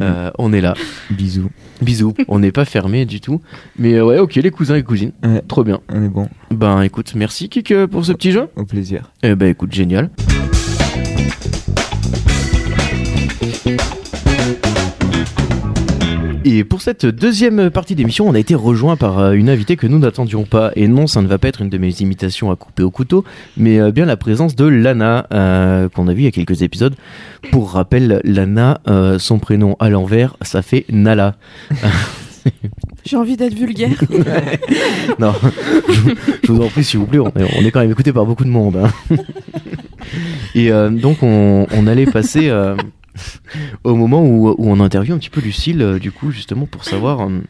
S1: Euh, on est là.
S2: Bisous.
S1: Bisous. On n'est pas fermé du tout. Mais euh, ouais, ok, les cousins et cousines.
S2: Ouais.
S1: Trop bien.
S2: On est bon,
S1: Ben écoute, merci Kik euh, pour ce petit jeu.
S2: au plaisir.
S1: Eh ben écoute, génial. Et pour cette deuxième partie d'émission, on a été rejoint par euh, une invitée que nous n'attendions pas. Et non, ça ne va pas être une de mes imitations à couper au couteau, mais euh, bien la présence de Lana, euh, qu'on a vu il y a quelques épisodes. Pour rappel, Lana, euh, son prénom à l'envers, ça fait Nala.
S4: J'ai envie d'être vulgaire.
S1: Non, je, vous- je vous en prie, s'il vous plaît, on est, on est quand même écouté par beaucoup de monde. hein. Et euh, donc, on, on allait passer euh, au moment où, où on interviewe un petit peu Lucille, euh, du coup, justement, pour savoir euh,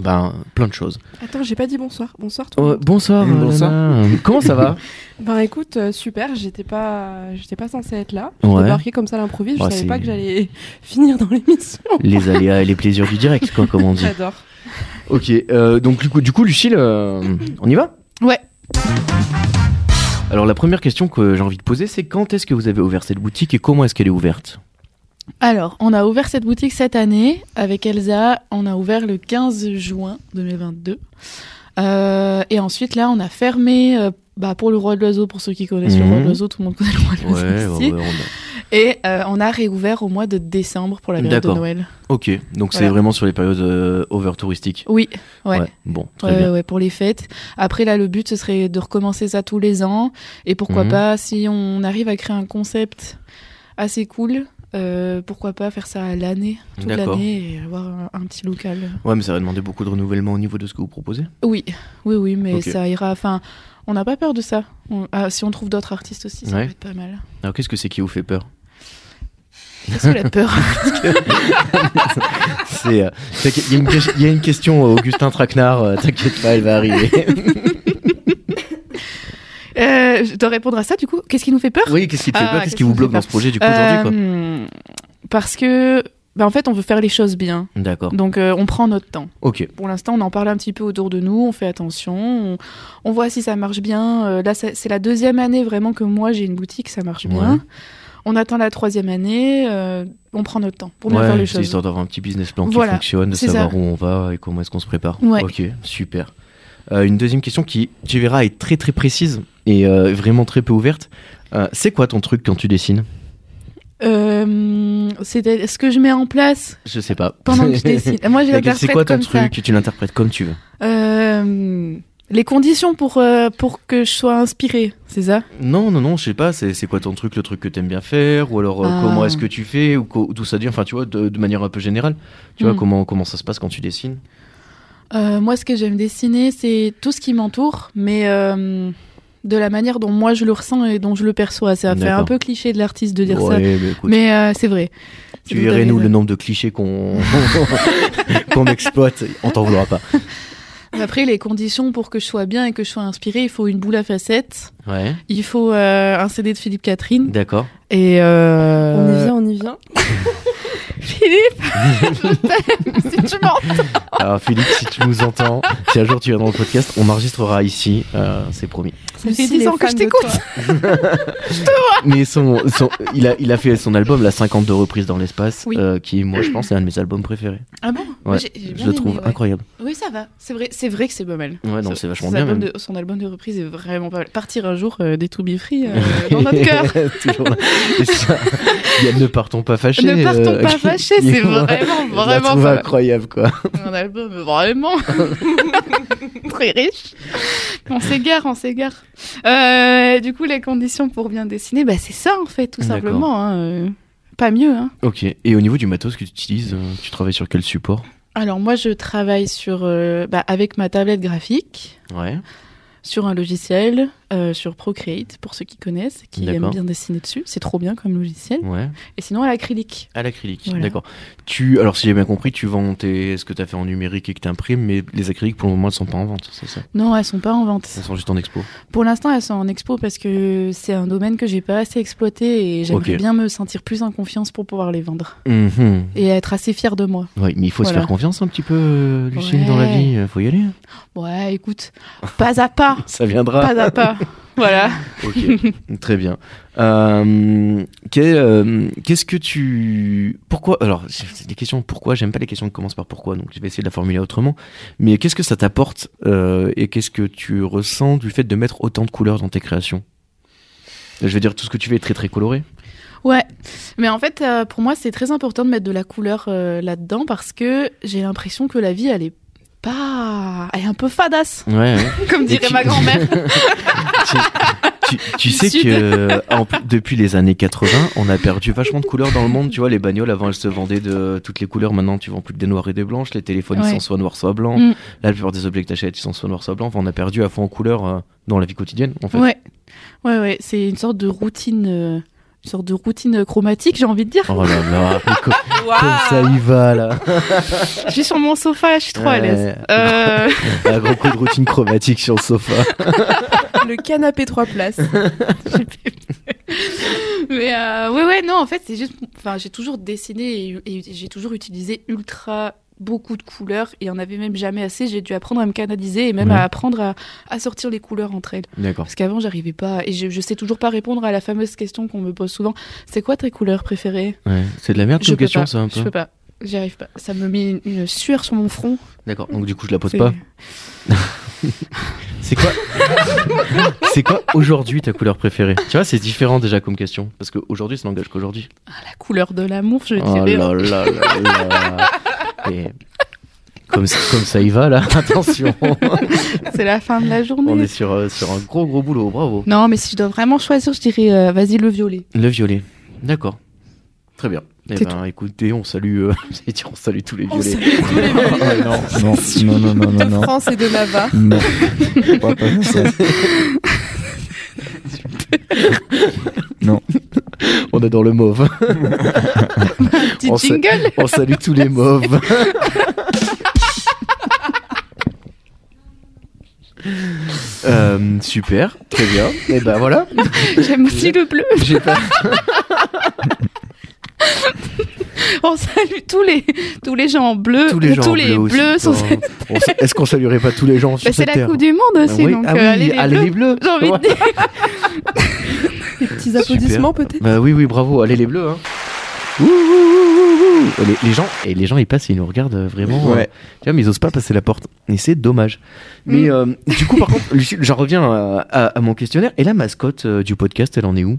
S1: ben, plein de choses.
S4: Attends, j'ai pas dit bonsoir. Bonsoir tout le
S1: Euh,
S4: monde.
S1: bonsoir,
S2: Mm,
S1: euh,
S2: bonsoir.
S1: Lana. Comment ça va
S4: Ben écoute, euh, super, j'étais pas j'étais pas censée être là. J'ai
S1: Ouais.
S4: débarqué comme ça à l'improviste,
S1: Bah,
S4: je
S1: c'est-
S4: savais pas que j'allais finir dans l'émission.
S1: Les aléas et les plaisirs du direct, quoi, comme on dit.
S4: J'adore.
S1: Ok, euh, donc du coup, du coup Lucille, euh, on y va
S3: Ouais.
S1: Alors, la première question que j'ai envie de poser, c'est quand est-ce que vous avez ouvert cette boutique et comment est-ce qu'elle est ouverte
S3: Alors, on a ouvert cette boutique cette année avec Elsa. On a ouvert le 15 juin 2022. Euh, et ensuite, là, on a fermé euh, bah, pour le Roi de l'Oiseau. Pour ceux qui connaissent le Roi
S1: Mhm.
S3: de l'Oiseau, tout le monde connaît le Roi de l'Oiseau. ici. Et euh, on a réouvert au mois de décembre pour la période de
S1: D'accord.
S3: Noël.
S1: Ok, donc c'est
S3: Voilà.
S1: vraiment sur les périodes euh, over touristiques.
S3: Oui, ouais.
S1: Bon, très
S3: Ouais,
S1: bien.
S3: ouais, pour les fêtes. Après, là, le but, ce serait de recommencer ça tous les ans. Et pourquoi
S1: Mhm.
S3: pas, si on arrive à créer un concept assez cool, euh, pourquoi pas faire ça à l'année, toute
S1: D'accord.
S3: l'année, et avoir un, un petit local.
S1: Ouais, mais ça va demander beaucoup de renouvellement au niveau de ce que vous proposez.
S3: Oui, oui, oui, mais
S1: Ok.
S3: ça ira. Enfin, on n'a pas peur de ça. On- ah, si on trouve d'autres artistes aussi, ça
S1: Ouais.
S3: peut être pas mal.
S1: Alors, qu'est-ce que c'est qui vous fait peur
S3: Qu'est-ce que la peur
S1: C'est, euh, t'inquiète, il y, a une que- il y a une question, euh, Augustin Traquenard, euh, t'inquiète pas, elle va arriver.
S3: Euh, Je dois répondre à ça, du coup. Qu'est-ce qui nous fait peur
S1: oui, qu'est-ce qui te fait
S3: Ah,
S1: peur Qu'est-ce
S3: qu'est-ce
S1: qui vous
S3: qui me
S1: bloque
S3: fait
S1: dans
S3: peur
S1: ce projet, du coup, aujourd'hui quoi
S3: Euh, Parce que, bah, en fait, on veut faire les choses bien.
S1: D'accord,
S3: Donc, euh, on prend notre temps.
S1: ok.
S3: Pour l'instant, on en parle un petit peu autour de nous, on fait attention, on, on voit si ça marche bien. Euh, là, ça- c'est la deuxième année vraiment que moi j'ai une boutique, ça marche
S1: Ouais.
S3: bien. On attend la troisième année, euh, on prend notre temps pour bien faire les
S1: Ouais, c'est
S3: choses.
S1: histoire d'avoir un petit business plan qui
S3: Voilà,
S1: fonctionne, de
S3: c'est
S1: savoir
S3: ça.
S1: où on va et comment est-ce qu'on se prépare.
S3: Ouais.
S1: Ok, super. Euh, une deuxième question qui, tu verras, est très très précise et euh, vraiment très peu ouverte. Euh, c'est quoi ton truc quand tu dessines
S3: Euh, c'est ce que je mets en place
S1: Je sais pas.
S3: pendant que je dessine. Moi, j'ai la
S1: Ok, Bah, C'est quoi ton
S3: comme ça.
S1: truc Tu l'interprètes comme tu veux.
S3: Euh, les conditions pour, euh, pour que je sois inspirée, c'est ça
S1: Non, non, non, je sais pas. C'est c'est quoi ton truc, le truc que t'aimes bien faire Ou alors euh,
S3: Ah.
S1: comment est-ce que tu fais Ou co- d'où ça vient Enfin, tu vois, de, de manière un peu générale. Tu vois,
S3: Hmm.
S1: comment, comment ça se passe quand tu dessines
S3: Euh, moi, ce que j'aime dessiner, c'est tout ce qui m'entoure, mais euh, de la manière dont moi je le ressens et dont je le perçois. Ça fait
S1: D'accord.
S3: un peu cliché de l'artiste de dire
S1: Ouais,
S3: ça,
S1: mais écoute,
S3: mais euh, c'est vrai. C'est
S1: tu
S3: tout à
S1: verrais,
S3: fait
S1: nous,
S3: vrai.
S1: le nombre de clichés qu'on qu'on exploite. On t'en vouloira pas.
S3: Après, les conditions pour que je sois bien et que je sois inspirée, il faut une boule à facettes,
S1: Ouais,
S3: il faut euh, un CD de Philippe Catherine
S1: d'accord.
S3: et euh,
S4: On y vient, on y vient.
S3: Philippe, je t'aime, si tu m'entends.
S1: Alors, Philippe, si tu nous entends, si un jour tu viens dans le podcast, on enregistrera ici, euh, c'est promis.
S4: Ça
S3: fait 10 ans que je t'écoute.
S1: Mais son, son- il, a, il a fait son album, la 52 reprises dans l'espace,
S3: Oui.
S1: euh, qui, moi, je pense, est un de mes albums préférés.
S3: Ah bon
S1: Ouais,
S3: J'ai- j'ai
S1: je
S3: bien
S1: le
S3: aimé,
S1: trouve
S3: ouais.
S1: incroyable.
S3: Oui, ça va. C'est vrai, c'est vrai que c'est pas mal.
S1: Ouais, non,
S3: Son-
S1: c'est vachement
S3: son
S1: bien,
S3: album
S1: même.
S3: de- son album de reprise est vraiment pas mal. Partir un jour euh, des To Be Free euh, dans notre cœur.
S1: Toujours là. Et ça, il y a Ne partons pas fâchés.
S3: Ne partons
S1: euh,
S3: pas
S1: qui-
S3: fâchés,
S1: qui-
S3: c'est vraiment,
S1: Je la
S3: vraiment
S1: trouve
S3: pas mal.
S1: incroyable, quoi.
S3: un album vraiment très riche. On s'égare, on s'égare. Euh, du coup, les conditions pour bien dessiner, bah, c'est ça en fait, tout
S1: D'accord.
S3: simplement. hein, euh, Pas mieux. Hein.
S1: Ok, et au niveau du matos que tu utilises, euh, tu travailles sur quel support
S3: Alors moi, je travaille sur, euh, bah, avec ma tablette graphique,
S1: Ouais.
S3: sur un logiciel, euh, sur Procreate, pour ceux qui connaissent, qui aiment
S1: D'accord. Mm.
S3: bien dessiner dessus. C'est trop bien comme logiciel.
S1: Ouais.
S3: Et sinon, à l'acrylique.
S1: À l'acrylique,
S3: Voilà.
S1: d'accord. Tu, alors si j'ai bien compris, tu vends tes, ce que tu as fait en numérique et que tu imprimes, mais les acryliques pour le moment ne sont pas en vente, c'est ça
S3: Non, elles sont pas en vente.
S1: Elles sont juste en expo.
S3: Pour l'instant, elles sont en expo parce que c'est un domaine que j'ai pas assez exploité et j'aimerais
S1: Ok.
S3: bien me sentir plus en confiance pour pouvoir les vendre et être assez fière de moi.
S1: Oui, Mm-hmm. mais il faut se
S3: Voilà.
S1: faire confiance un petit peu, euh, Lucille,
S3: Ouais.
S1: dans la vie. euh, Faut y aller.
S3: Ouais, écoute, pas à pas,
S1: Ça viendra.
S3: pas à pas. voilà.
S1: Ok, très bien. Euh, qu'est- euh, Qu'est-ce que tu. Pourquoi. Alors, c'est c'est des questions pourquoi. J'aime pas les questions qui commencent par pourquoi, donc je vais essayer de la formuler autrement. Mais qu'est-ce que ça t'apporte euh, et qu'est-ce que tu ressens du fait de mettre autant de couleurs dans tes créations Je veux dire, tout ce que tu fais est très très coloré.
S3: Ouais, mais en fait, euh, pour moi, c'est très important de mettre de la couleur euh, là-dedans parce que j'ai l'impression que la vie, elle est pas. Elle est un peu fadasse,
S1: Ouais, ouais.
S3: comme
S1: Et
S3: dirait
S1: tu-
S3: ma grand-mère.
S1: Tu, tu sais
S3: Sud.
S1: que euh, en plus, depuis les années 80, on a perdu vachement de couleurs dans le monde. Tu vois, les bagnoles avant elles se vendaient de toutes les couleurs. Maintenant, tu vends plus que des noirs et des blanches. Les téléphones ils
S3: Ouais.
S1: sont soit noirs soit blancs.
S3: Mm.
S1: Là, la plupart des objets que t'achètes ils sont soit noirs soit blancs. Enfin, on a perdu à fond en couleurs euh, dans la vie quotidienne. En fait.
S3: Ouais, ouais, ouais, c'est une sorte de routine. euh, Une sorte de routine chromatique, j'ai envie de dire.
S1: Oh là là, mais co- comme ça y va là.
S3: Je suis sur mon sofa, je suis trop à l'aise.
S1: Ouais.
S3: Euh,
S1: Un gros coup de routine chromatique sur le sofa.
S4: Le canapé trois places.
S3: mais euh, ouais, ouais, non, en fait, c'est juste. Enfin, j'ai toujours dessiné et, et j'ai toujours utilisé ultra beaucoup de couleurs et il y en avait même jamais assez. J'ai dû apprendre à me canaliser et même
S1: Ouais.
S3: à apprendre à- à sortir les couleurs entre elles.
S1: D'accord.
S3: Parce qu'avant, j'arrivais pas. Et je, je sais toujours pas répondre à la fameuse question qu'on me pose souvent. C'est quoi tes couleurs préférées
S1: Ouais. C'est de la merde
S3: Je
S1: comme
S3: peux
S1: Ah, question,
S3: pas.
S1: ça un
S3: Je
S1: peu.
S3: peux pas. J'y arrive pas. Ça me met une, une sueur sur mon front.
S1: D'accord. Donc du coup, je la pose
S3: C'est-
S1: pas. C'est quoi C'est quoi aujourd'hui ta couleur préférée Tu vois, c'est différent déjà comme question parce qu'aujourd'hui, ça n'engage qu'aujourd'hui.
S3: Ah, la couleur de l'amour, je
S1: Oh
S3: dirais.
S1: là là là là. Et Comme, ça- comme ça y va là, attention.
S3: C'est la fin de la
S1: On
S3: journée.
S1: est sur, euh, sur un gros gros boulot, bravo.
S3: Non, mais si je dois vraiment choisir, je dirais euh, vas-y le violet.
S1: Le violet, d'accord. Très bien. Eh
S3: C'est
S1: ben, écoutez, on salue, euh, j'allais dire, on salue tous les
S4: On
S1: violets. Oh,
S2: non, non, non, non, non,
S4: de
S2: non, non.
S4: France et de Navarre.
S2: Non. On va pas faire ça.
S1: On adore le mauve.
S3: Petit
S1: On sait-
S3: jingle
S1: On salue tous les mauves. Euh, super, très bien. Et ben voilà.
S3: J'aime aussi le bleu.
S1: J'ai pas-
S3: On salue tous les, tous les gens en bleu.
S1: tous les gens bleus aussi.
S3: bleus sont-
S1: Bon, on s- Est-ce qu'on saluerait pas tous les gens
S3: Bah,
S1: sur
S3: c'est
S1: cette
S3: la
S1: terre
S3: Coupe du Monde
S1: Ah
S3: aussi.
S1: oui,
S3: donc,
S1: ah
S3: euh,
S1: oui,
S3: allez, les bleus. J'ai envie de
S1: Ouais.
S3: dire.
S4: Des petits applaudissements peut-être.
S1: Bah oui, oui, bravo, allez les bleus. Hein. Ouh, ouh, ouh, ouh, ouh. Les, les gens, et les gens ils passent, ils nous regardent euh, vraiment. euh,
S2: Ouais.
S1: tu vois, mais ils osent pas passer la porte. Et c'est dommage. Mais
S3: Mm.
S1: euh, du coup, par contre, Lucille, j'en reviens à, à- à mon questionnaire. Et la mascotte euh, du podcast, elle en est où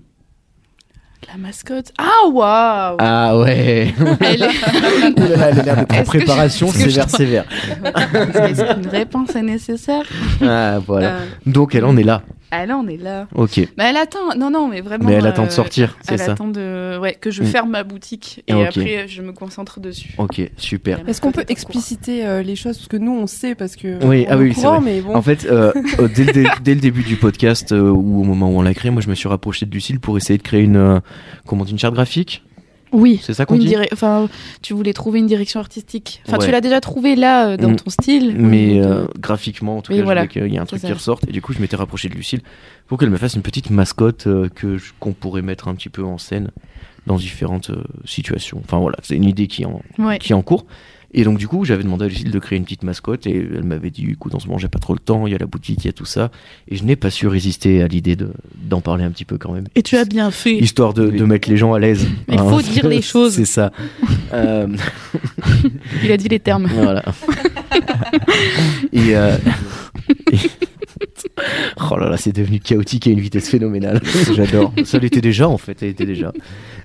S3: La mascotte. Ah, waouh
S1: Ah ouais
S3: Elle est-
S1: Ouh là là, elle a l'air d'être en
S3: Est-ce que je-
S1: préparation,
S3: est-ce que je
S1: sévère,
S3: dois-
S1: sévère.
S3: Est-ce qu'une réponse est nécessaire
S1: Ah voilà.
S3: Euh,
S1: Donc elle en est là.
S3: Elle en est là.
S1: Ok.
S3: Mais elle attend. Non, non, mais vraiment.
S1: Mais elle
S3: euh,
S1: attend de sortir, c'est
S3: Elle
S1: ça.
S3: attend de... ouais, que je
S1: Mm.
S3: ferme ma boutique et
S1: Ah, ok.
S3: après je me concentre dessus.
S1: Ok, super.
S4: Est-ce qu'on peut
S3: Peut-être
S4: expliciter euh, les choses Parce que nous, on sait, parce que.
S1: Oui,
S4: on
S1: ah
S4: est au
S1: oui, c'est
S4: courant,
S1: vrai.
S4: mais bon.
S1: En fait, euh, euh, dès, le dé- dès le début du podcast euh, ou au moment où on l'a créé, moi je me suis rapproché de Lucille pour essayer de créer une euh, comment dit, une charte graphique.
S3: Oui.
S1: C'est ça qu'on
S3: Une
S1: dit.
S3: dire- enfin, tu voulais trouver une direction artistique. Enfin,
S1: Ouais.
S3: tu l'as déjà trouvée là euh, dans
S1: Mm.
S3: ton style.
S1: Mais
S3: de-
S1: euh, graphiquement, en tout
S3: Oui,
S1: cas,
S3: voilà.
S1: je voulais qu'il y ait un truc
S3: ça.
S1: qui ressorte. Et du coup, je m'étais rapproché de Lucille pour qu'elle me fasse une petite mascotte euh, que je- qu'on pourrait mettre un petit peu en scène dans différentes euh, situations. Enfin voilà, c'est une idée qui est en,
S3: Ouais.
S1: qui est en cours. Et donc, du coup, j'avais demandé à Lucille de créer une petite mascotte et elle m'avait dit écoute, en ce moment, j'ai pas trop le temps, il y a la boutique, il y a tout ça. Et je n'ai pas su résister à l'idée de- d'en parler un petit peu quand même.
S3: Et tu as bien fait.
S1: Histoire de, de mettre les gens à l'aise. Hein.
S3: Il faut dire les choses.
S1: C'est ça. Euh,
S3: Il a dit les termes.
S1: voilà. et. euh, et- Oh là là, c'est devenu chaotique à une vitesse phénoménale. J'adore. Ça l'était déjà en fait, ça l'était déjà.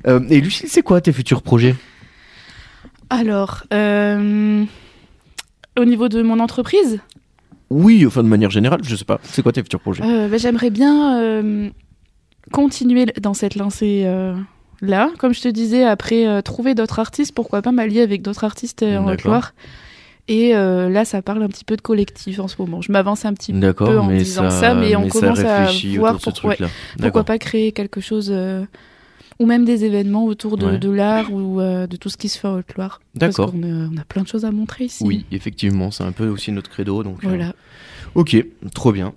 S1: Euh, et Lucille, c'est quoi tes futurs projets
S3: Alors, euh, au niveau de mon entreprise,
S1: Oui, enfin de manière générale, je sais pas. C'est quoi tes futurs projets
S3: Euh, bah, J'aimerais bien euh, continuer dans cette lancée euh, là. Comme je te disais, après euh, trouver d'autres artistes, pourquoi pas m'allier avec d'autres artistes euh, en
S1: D'accord.
S3: Haute-Loire Et euh, là, ça parle un petit peu de collectif en ce moment. Je m'avance un petit peu
S1: D'accord,
S3: en
S1: mais
S3: disant
S1: ça,
S3: ça, mais on commence à
S1: réfléchit
S3: voir
S1: autour de ce
S3: pourquoi-
S1: truc-là.
S3: pourquoi
S1: D'accord.
S3: pas créer quelque chose euh, ou même des événements autour de,
S1: Ouais.
S3: de l'art ou euh, de tout ce qui se fait en Haute-Loire. Parce
S1: D'accord.
S3: qu'on, euh, on a plein de choses à montrer ici.
S1: Oui, effectivement, c'est un peu aussi notre credo. Donc, euh,
S3: Voilà.
S1: Ok, trop bien.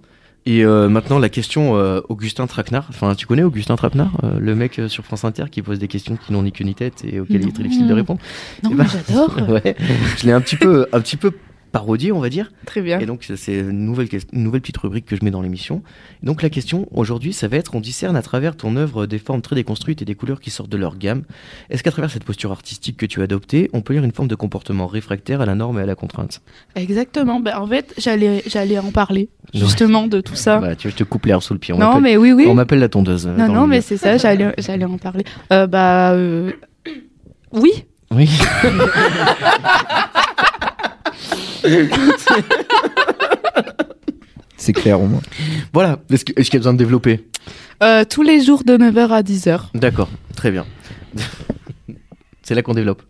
S1: Et euh, maintenant, la question euh, Augustin Traquenard. Enfin, tu connais Augustin Traquenard, euh, le mec euh, sur France Inter qui pose des questions qui n'ont ni queue ni tête et auxquelles il est très
S3: Non.
S1: difficile de répondre.
S3: Non,
S1: Eh
S3: mais
S1: ben,
S3: j'adore.
S1: ouais, je l'ai un petit peu, un petit peu parodié, on va dire.
S4: Très bien.
S1: Et donc, ça, c'est une nouvelle, ques- une nouvelle petite rubrique que je mets dans l'émission. Donc, la question aujourd'hui, ça va être on discerne à travers ton œuvre des formes très déconstruites et des couleurs qui sortent de leur gamme. Est-ce qu'à travers cette posture artistique que tu as adoptée, on peut lire une forme de comportement réfractaire à la norme et à la contrainte
S3: Exactement. Ben, en fait, j'allais, j'allais en parler
S1: Ouais.
S3: justement de tout ça.
S1: Bah, tu vois, je te coupe l'air sous le pied. On
S3: non,
S1: m'appelle-
S3: mais oui, oui.
S1: on m'appelle la tondeuse. euh,
S3: Non,
S1: dans
S3: non,
S1: le
S3: mais
S1: milieu.
S3: c'est ça. J'allais, j'allais en parler. Euh, bah, euh, oui.
S1: Oui.
S2: C'est clair au moins.
S1: Voilà, est-ce que- est-ce qu'il y a besoin de développer
S3: Euh, tous les jours de 9h à 10h.
S1: D'accord, très bien. C'est là qu'on développe.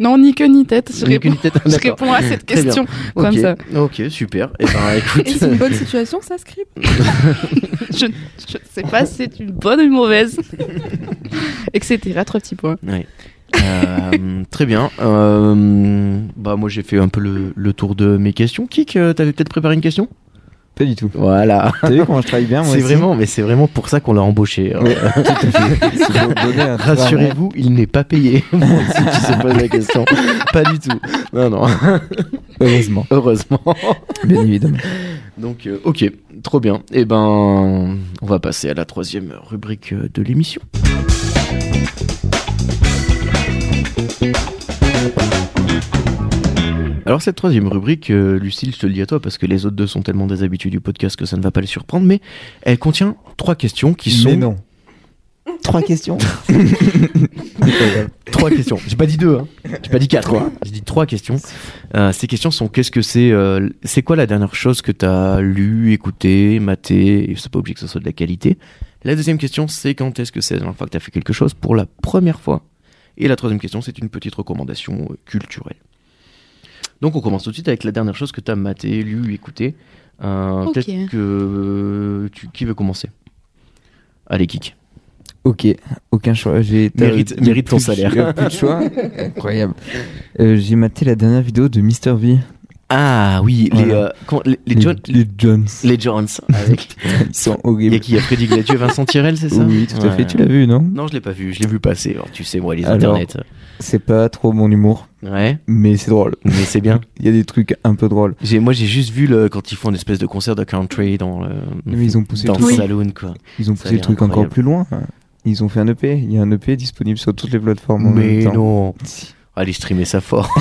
S3: Non, ni queue ni tête. Je,
S1: Ni
S3: réponds,
S1: qu'une tête,
S3: je
S1: d'accord.
S3: réponds à cette
S1: Très bien.
S3: question comme
S1: Ok,
S3: ça.
S1: Ok, super. Eh ben,
S4: Et c'est une
S1: écoute,
S4: bonne situation, ça, script
S3: Je je ne sais pas si c'est une bonne ou une mauvaise. Etc. Trois petits points.
S1: ouais. Euh, très bien. Euh, bah moi j'ai fait un peu le, le tour de mes questions. Kik, euh, t'avais peut-être préparé une question
S2: Pas du tout.
S1: Voilà.
S2: T'as vu comment je travaille bien moi
S1: C'est
S2: aussi
S1: vraiment, mais c'est vraiment pour ça qu'on l'a embauché. hein.
S2: C'est pour donner un travail.
S1: Rassurez-vous, il n'est pas payé. si tu sais pas la question, pas du tout. Non, non.
S2: Heureusement,
S1: Heureusement.
S2: bien évidemment.
S1: Donc, euh, ok, trop bien. Eh ben, on va passer à la troisième rubrique euh, de l'émission. Alors cette troisième rubrique, euh, Lucille, je te le dis à toi parce que les autres deux sont tellement des habitudes du podcast que ça ne va pas les surprendre, mais elle contient trois questions qui sont
S2: Mais non. Trois questions.
S1: Euh, trois questions. J'ai pas dit deux, hein. j'ai pas dit quatre. Hein. J'ai dit trois questions. Euh, ces questions sont qu'est-ce que c'est euh, C'est quoi la dernière chose que t'as lu, écouté, maté et C'est pas obligé que ce soit de la qualité. La deuxième question, c'est quand est-ce que c'est la dernière fois que t'as fait quelque chose pour la première fois Et la troisième question, c'est une petite recommandation euh, culturelle. Donc on commence tout de suite avec la dernière chose que t'as maté, lu, écouté. Euh,
S3: Ok.
S1: Peut-être que tu... qui veut commencer Allez, kick.
S2: ok, aucun choix. J'ai t'as-
S1: Mérite-
S2: y a
S1: mérite ton
S2: plus de-
S1: salaire.
S2: y a Plus de choix. Incroyable. Euh, J'ai maté la dernière vidéo de Mr V.
S1: Ah oui, les,
S2: Voilà.
S1: euh, comment- les, les John-
S2: les Jones.
S1: les Jones. Avec...
S2: Ils sont
S1: Il y a
S2: horribles.
S1: qui Il y a Frédéric Gladieux, Vincent Tirel, c'est ça
S2: Oui, tout à
S1: Ouais.
S2: fait. Tu l'as vu, non
S1: Non, je l'ai pas vu, je l'ai vu passer. Alors, tu sais, moi, les
S2: Alors.
S1: internets.
S2: C'est pas trop mon humour,
S1: Ouais,
S2: mais c'est drôle.
S1: mais c'est bien.
S2: Il y a des trucs un peu drôles.
S1: J'ai, moi, j'ai juste vu le, quand ils font une espèce de concert de country dans le,
S2: Mais ils ont poussé
S1: dans
S2: le
S1: le
S2: truc,
S1: saloon, quoi.
S2: ils ont
S1: Ça a
S2: poussé le
S1: l'air
S2: truc encore
S1: incroyable.
S2: plus loin. Ils ont fait un EP. Il y a un EP disponible sur toutes les plateformes. en
S1: Mais
S2: même temps.
S1: non.
S2: Si.
S1: Allez, streamer ça fort.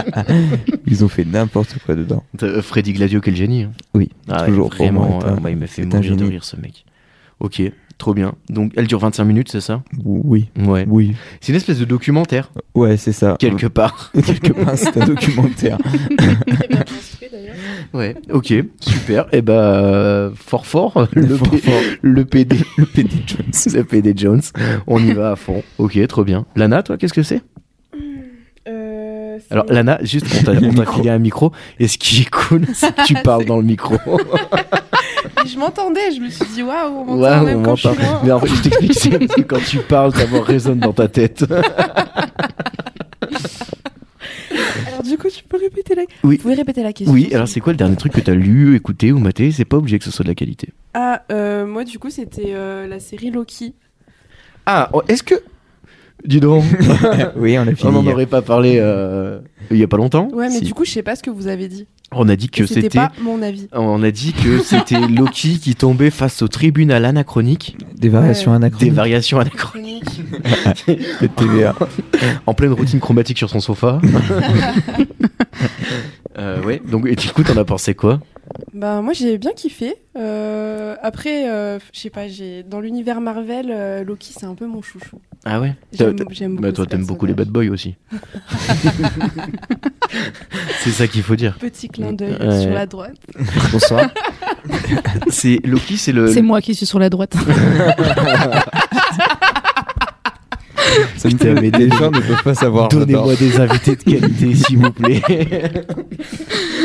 S2: Ils ont fait n'importe quoi dedans.
S1: De- Freddy Gladio, quel génie. hein.
S2: Oui,
S1: Ah ouais,
S2: toujours, pour moi,
S1: Vraiment,
S2: est un-
S1: euh, moi, il m'a fait
S2: c'est un
S1: mourir de
S2: génie.
S1: rire, ce mec. Ok, trop bien. Donc, elle dure 25 minutes, c'est ça
S2: Oui,
S1: Ouais.
S2: oui.
S1: C'est une espèce de documentaire,
S2: Ouais, c'est ça.
S1: quelque part.
S2: Quelque part, c'est un documentaire.
S1: Ouais, ok, super. Et bah, euh, fort fort, le,
S2: Fort,
S1: P-
S2: fort.
S1: le PD.
S2: Le PD Jones.
S1: Le PD Jones. On y va à fond. Ok, trop bien. Lana, toi, qu'est-ce que c'est
S3: Euh,
S1: Alors, Lana, juste, on t'a-
S2: Le
S1: on t'a
S2: micro.
S1: filé un micro. Et ce qui est cool, c'est que tu parles dans le micro.
S4: je m'entendais, je me suis dit waouh, on m'entend
S1: Waouh,
S4: même
S1: on
S4: quand je suis
S1: m'entend.
S4: loin.
S1: Mais en fait, je t'explique, c'est parce que quand tu parles, ta voix résonne dans ta tête.
S4: Alors du coup, tu peux répéter la
S1: Oui.
S4: Vous pouvez répéter la question.
S1: Oui, alors c'est quoi le dernier truc que t'as lu, écouté ou maté C'est pas obligé que ce soit de la qualité.
S4: Ah, euh, moi du coup, c'était euh, la série Loki.
S1: Ah, oh, est-ce que. Dis donc,
S2: oui, on a
S1: on
S2: fini.
S1: n'en
S2: hier.
S1: aurait pas parlé euh, il y a pas longtemps.
S4: Ouais, mais
S1: Si.
S4: du coup, je sais pas ce que vous avez dit.
S1: On a dit
S4: Et
S1: que
S4: C'était
S1: c'était.
S4: pas mon avis.
S1: On a dit que c'était Loki qui tombait face au tribunal anachronique.
S2: Des variations anachroniques.
S1: Des variations anachroniques.
S2: de TVA.
S1: en pleine routine chromatique sur son sofa. Euh, ouais, donc et du coup, t'en as pensé quoi
S4: Bah moi j'ai bien kiffé. Euh, après, euh, je sais pas, j'ai dans l'univers Marvel, euh, Loki c'est un peu mon chouchou.
S1: Ah ouais
S4: J'aime j'aime beaucoup.
S1: Bah, toi,
S4: ce
S1: t'aimes beaucoup les bad
S4: personnage.
S1: boys aussi. c'est ça qu'il faut dire.
S4: Petit clin d'œil
S1: Ouais.
S4: sur la droite.
S2: Bonsoir.
S1: C'est Loki, c'est Euh, le.
S3: C'est moi qui suis sur la droite.
S2: Ça me fait-
S1: mais
S2: les gens ne peuvent pas savoir.
S1: Donnez-moi
S2: j'adore.
S1: des invités de qualité, s'il vous plaît.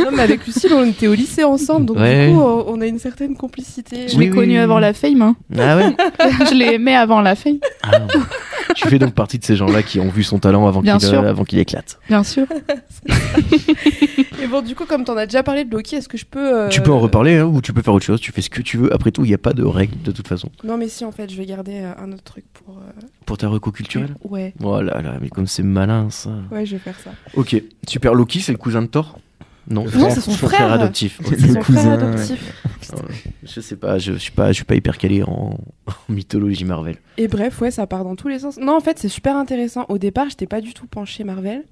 S4: Non, mais avec Lucille, on était au lycée ensemble, donc
S1: Ouais.
S4: du coup, on on a une certaine complicité.
S3: Je
S1: Oui,
S3: l'ai
S1: oui,
S3: connu
S1: oui,
S3: avant
S1: oui.
S3: la fame. hein.
S1: ah ouais
S3: je l'ai aimé avant la fame,
S1: Ah. Tu fais donc partie de ces gens-là qui ont vu son talent avant
S3: Bien
S1: qu'il euh,
S3: sûr.
S1: avant qu'il éclate.
S3: bien sûr.
S4: Et bon, du coup, comme t'en as déjà parlé de Loki, est-ce que je peux. euh,
S1: Tu peux en reparler hein, ou tu peux faire autre chose, tu fais ce que tu veux. Après tout, il n'y a pas de règle de toute façon.
S4: Non, mais si, en fait, je vais garder euh, un autre truc pour. euh,
S1: Pour ta reco culturelle
S4: Ouais,
S1: Oh là là, mais comme c'est malin ça.
S4: ouais, je vais faire ça.
S1: Ok, super. Loki, c'est le cousin de Thor Non,
S2: Frère,
S4: c'est son
S1: frère
S4: frère.
S1: adoptif. Ok.
S4: C'est
S2: Le
S4: son
S2: cousin,
S4: frère adoptif.
S1: Je sais pas, je suis pas, je suis pas hyper calé en, en mythologie Marvel.
S4: Et bref, ouais, ça part dans tous les sens. Non, en fait, c'est super intéressant. Au départ, j'étais pas du tout penchée Marvel.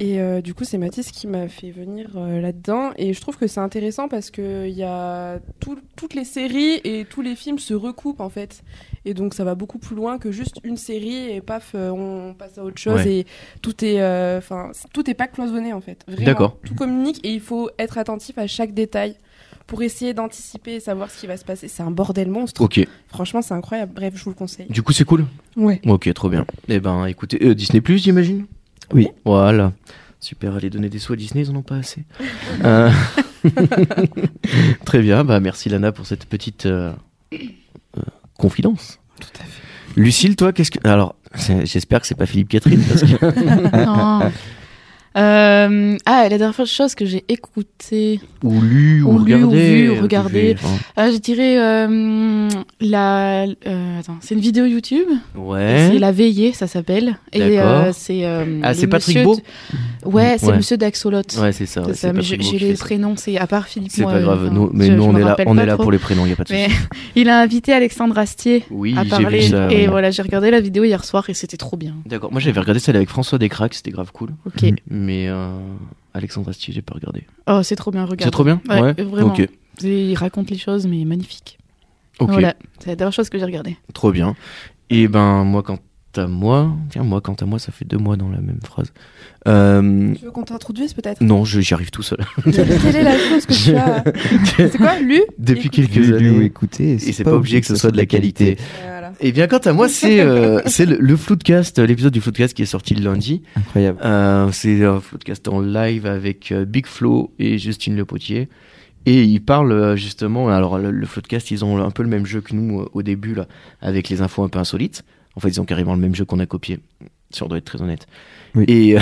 S4: Et euh, du coup, c'est Mathis qui m'a fait venir euh, là-dedans. Et je trouve que c'est intéressant parce que il y a tout- toutes les séries et tous les films se recoupent, en fait. Et donc, ça va beaucoup plus loin que juste une série et paf, euh, on passe à autre chose.
S1: Ouais.
S4: Et tout est, euh, enfin, c- tout est pas cloisonné, en fait. Vraiment.
S1: D'accord.
S4: Tout communique et il faut être attentif à chaque détail pour essayer d'anticiper et savoir ce qui va se passer. C'est un bordel monstre.
S1: Ok,
S4: Franchement, c'est incroyable. Bref, je vous le conseille.
S1: du coup c'est cool.
S4: Ouais.
S1: Ok, trop bien. Eh ben, écoutez, euh, Disney Plus, j'imagine.
S2: Oui.
S1: Voilà. Super, allez donner des sous à Disney, ils en ont pas assez. Euh, Très bien, bah merci Lana pour cette petite euh, euh, confidence.
S4: Tout à fait.
S1: Lucille, toi, qu'est-ce que alors c'est- j'espère que c'est pas Philippe Catherine parce que
S3: Non. Euh, ah, et la dernière chose que j'ai écoutée,
S1: ou lu ou,
S3: Ou lu, ou
S1: regardé. euh, hein.
S3: vu, ou regardé. ah, je dirais euh, la. euh, attends, c'est une vidéo YouTube. Et
S1: Ouais.
S3: C'est La Veillée, ça s'appelle. Et
S1: Hein D'accord.
S3: euh, c'est. euh,
S1: Ah,
S3: le
S1: c'est Patrick
S3: monsieur
S1: Beau
S3: de- Ouais, c'est
S1: Ouais.
S3: monsieur d'Axolot.
S1: Ouais, c'est ça.
S3: C'est
S1: ouais,
S3: ça, mais
S1: Patrick
S3: j'ai
S1: Beau
S3: j'ai
S1: qui
S3: les
S1: fait ça.
S3: prénoms, c'est à part Philippe.
S1: C'est
S3: moi,
S1: pas
S3: euh,
S1: grave,
S3: enfin,
S1: nous- mais
S3: je-
S1: nous
S3: je
S1: on
S3: me
S1: est là,
S3: rappelle
S1: on
S3: pas
S1: est là
S3: trop.
S1: pour les prénoms, y a pas de
S3: Mais-
S1: souci.
S3: Il a invité Alexandre Astier
S1: Oui,
S3: à
S1: j'ai vu
S3: parler.
S1: ça.
S3: et
S1: ouais.
S3: voilà, j'ai regardé la vidéo hier soir et c'était trop bien.
S1: D'accord, moi j'avais regardé celle avec François Descraques, c'était grave cool.
S3: Ok.
S2: Mhm.
S1: Mais euh, Alexandre Astier, j'ai pas regardé.
S3: Oh, c'est trop bien,
S1: C'est
S3: regarde.
S1: trop bien
S3: Ouais, vraiment.
S1: Ok,
S3: Et Il raconte les choses, mais magnifique.
S1: ok,
S3: Voilà, c'est la dernière chose que j'ai regardée.
S1: trop bien. Et ben, moi, quant à moi, tiens, moi, quant à moi, ça fait deux mois dans la même phrase. Euh,
S4: Tu veux qu'on t'introduise peut-être
S1: Non, je- j'y arrive tout seul.
S4: Quelle est la chose que tu as C'est quoi, lu
S1: Depuis
S4: Écoute.
S1: quelques
S2: Vu, lu,
S1: années.
S2: écouté,
S1: Et c'est pas obligé que ce soit de la qualité.
S4: Voilà.
S1: Et Eh bien, quant à moi, c'est euh, c'est le, le Floodcast, l'épisode du Floodcast qui est sorti le lundi.
S2: Incroyable.
S1: Euh, c'est un podcast en live avec euh, Big Flo et Justine Le Potier. Et ils parlent euh, justement, alors le, le podcast, ils ont un peu le même jeu que nous euh, au début, là, avec les infos un peu insolites. En fait, ils ont carrément le même jeu qu'on a copié, si on doit être très honnête.
S2: Oui.
S1: Et, euh,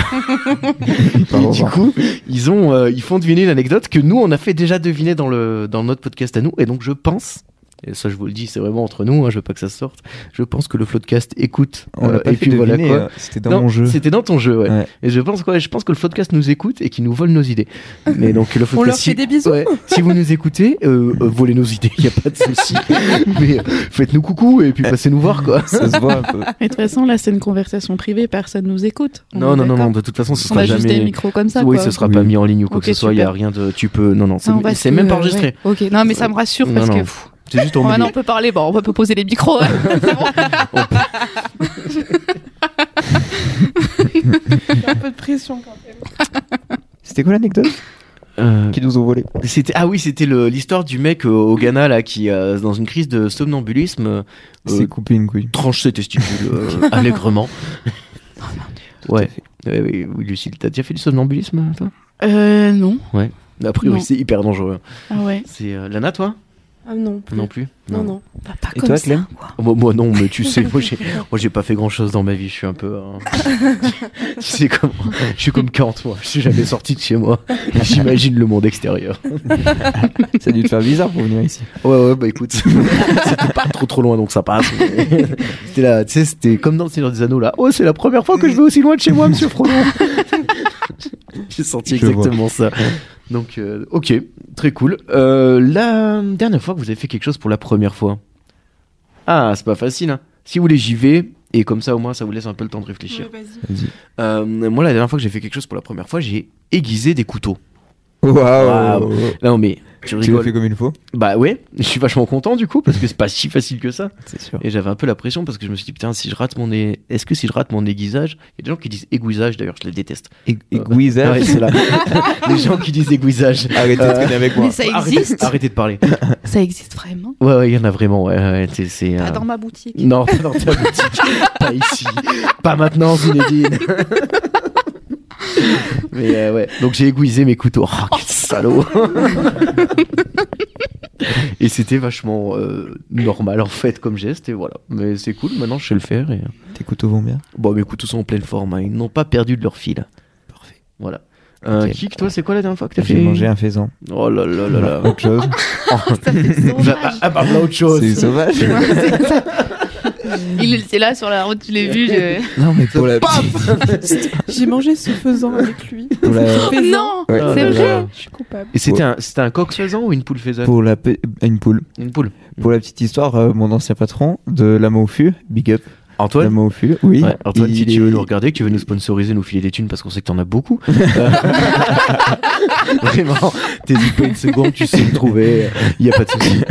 S1: et
S2: Pardon,
S1: du
S2: pardon.
S1: coup, ils, ont, euh, ils font deviner l'anecdote que nous, on a fait déjà deviner dans, le, dans notre podcast à nous. Et donc, je pense, et ça, je vous le dis, c'est vraiment entre nous, hein, je veux pas que ça sorte, je pense que le podcast écoute.
S2: On
S1: euh,
S2: l'a pas
S1: et
S2: fait
S1: puis voilà
S2: deviner,
S1: quoi.
S2: euh, C'était dans
S1: Non,
S2: mon jeu.
S1: C'était dans ton jeu, ouais.
S2: Ouais.
S1: Et je pense, quoi, je pense que le podcast nous écoute et qu'il nous vole nos idées. Mais donc, le podcast,
S4: leur
S1: si-
S4: fait des bisous.
S1: ouais, si vous nous écoutez, euh, euh, volez nos idées, il a pas de souci. Mais euh, faites-nous coucou et puis passez nous voir, quoi.
S2: Ça se voit un peu.
S3: Mais de toute façon, là, c'est une conversation privée, personne nous écoute. On
S1: Ah. Non, non,
S3: est
S1: non,
S3: d'accord
S1: non, de toute façon, ce
S3: On
S1: sera
S3: a juste des
S1: jamais.
S3: micros comme ça.
S1: oui,
S3: quoi.
S1: ce sera pas
S2: Oui.
S1: mis en ligne ou quoi
S3: Ok,
S1: que ce soit, il y a
S3: super.
S1: rien de. Tu peux. Non, non, c'est
S3: Ça, on va
S1: c'est
S3: se-
S1: même pas
S3: euh,
S1: enregistré.
S3: ouais. Ok, non, mais ça me rassure
S1: Non,
S3: parce
S1: non.
S3: que.
S1: C'est juste en
S3: Oh, maintenant, on
S1: milieu.
S3: peut parler, bon, on peut poser les micros. hein. ouais. C'est bon.
S4: J'ai un peu de pression quand même.
S2: C'était quoi l'anecdote
S1: Euh,
S2: qui nous ont volé
S1: C'était ah oui c'était le- l'histoire du mec euh, au Ghana là qui euh, dans une crise de somnambulisme euh,
S2: C'est coupé une couille.
S1: tranche ses testicules euh, allègrement. ouais. Ouais, ouais, oui, Lucille, t'as déjà fait du somnambulisme, toi
S3: Euh, non.
S1: A priori,
S3: Non.
S1: c'est hyper dangereux.
S3: Ah ouais.
S1: C'est euh, Lana, toi
S4: Ah non. plus.
S1: Non plus
S4: Non, non.
S3: Bah, pas
S2: Et
S3: comme
S2: toi,
S3: ça.
S2: Clem
S3: quoi.
S1: Moi, moi, non, mais tu sais, moi, j'ai, moi, j'ai pas fait grand chose dans ma vie. Je suis un peu. hein, tu sais comment Je suis comme Kant, moi. Je suis jamais sorti de chez moi. J'imagine le monde extérieur.
S2: Ça a dû te faire bizarre pour venir ici.
S1: Ouais, ouais, bah écoute, c'était pas trop trop loin donc ça passe. mais- c'était là, tu sais, c'était comme dans le Seigneur des Anneaux là. Oh, c'est la première fois que je vais aussi loin de chez moi, monsieur Frodo. J'ai senti
S2: Je
S1: exactement ça. Donc, euh, ok, très cool. Euh, la dernière fois que vous avez fait quelque chose pour la première fois Ah, c'est pas facile. hein. Si vous voulez, j'y vais. Et comme ça, au moins, ça vous laisse un peu le temps de réfléchir.
S4: Ouais, vas-y.
S2: Vas-y.
S1: Euh, moi, la dernière fois que j'ai fait quelque chose pour la première fois, j'ai aiguisé des couteaux.
S2: Waouh
S1: Non, mais tu
S2: Tu l'as fait
S1: rigoles.
S2: comme il faut
S1: Bah ouais, je suis vachement content du coup, parce que c'est pas si facile que ça.
S2: C'est sûr.
S1: Et j'avais un peu la pression parce que je me suis dit, putain, si je rate mon é- est-ce que si je rate mon aiguisage, il y a des gens qui disent aiguisage d'ailleurs, je les déteste. Ah ouais, c'est là. les gens qui disent aiguisage.
S2: Arrêtez de traîner avec moi.
S3: Mais ça
S1: Arrêtez,
S3: existe
S1: arrêtez de parler.
S3: Ça existe vraiment
S1: Ouais, ouais, il y en a vraiment, ouais. ouais, c'est- c'est,
S3: Pas
S1: euh,
S3: dans ma boutique.
S1: Non, pas dans ta boutique. pas ici. Pas maintenant, Zinedine. Mais euh, ouais, donc j'ai aiguisé mes couteaux. Oh, quel salaud Et c'était vachement euh, normal en fait comme geste et voilà. Mais c'est cool, maintenant je sais le faire. Et... euh,
S2: Tes couteaux vont bien
S1: Bon, mes couteaux sont en pleine forme, hein. ils n'ont pas perdu de leur fil.
S2: Parfait.
S1: Voilà. Euh,
S2: Ok.
S1: Kik, toi, c'est quoi la dernière fois que t'as fait
S2: J'ai mangé un faisan.
S1: Oh là là là là.
S2: Autre chose.
S3: Ça fait
S1: Bah,
S3: sauvage.
S1: ah, parle autre
S2: C'est
S1: chose.
S2: sauvage.
S3: Il était là sur la route, tu l'ai vu. je- Oh
S2: Non, mais pour la.
S4: J'ai mangé ce faisant avec lui.
S2: Pour la...
S4: Faisant.
S3: Non
S2: Ouais.
S1: Oh là
S3: C'est
S1: là.
S3: vrai
S4: Je suis coupable.
S1: Et c'était un, c'était un coq faisan ou une poule faisan
S2: Pour la pe- une poule.
S1: Une poule.
S2: Pour la petite histoire, euh, mon ancien patron de la Maufu, big up, la
S1: Antoine
S2: Maufu, oui.
S1: Ouais, Antoine, si
S2: il-
S1: tu veux nous regarder, que tu veux nous sponsoriser, nous filer des thunes parce qu'on sait que t'en as beaucoup. euh, Vraiment, t'hésites pas une seconde, tu sais le trouver, il y a pas de souci.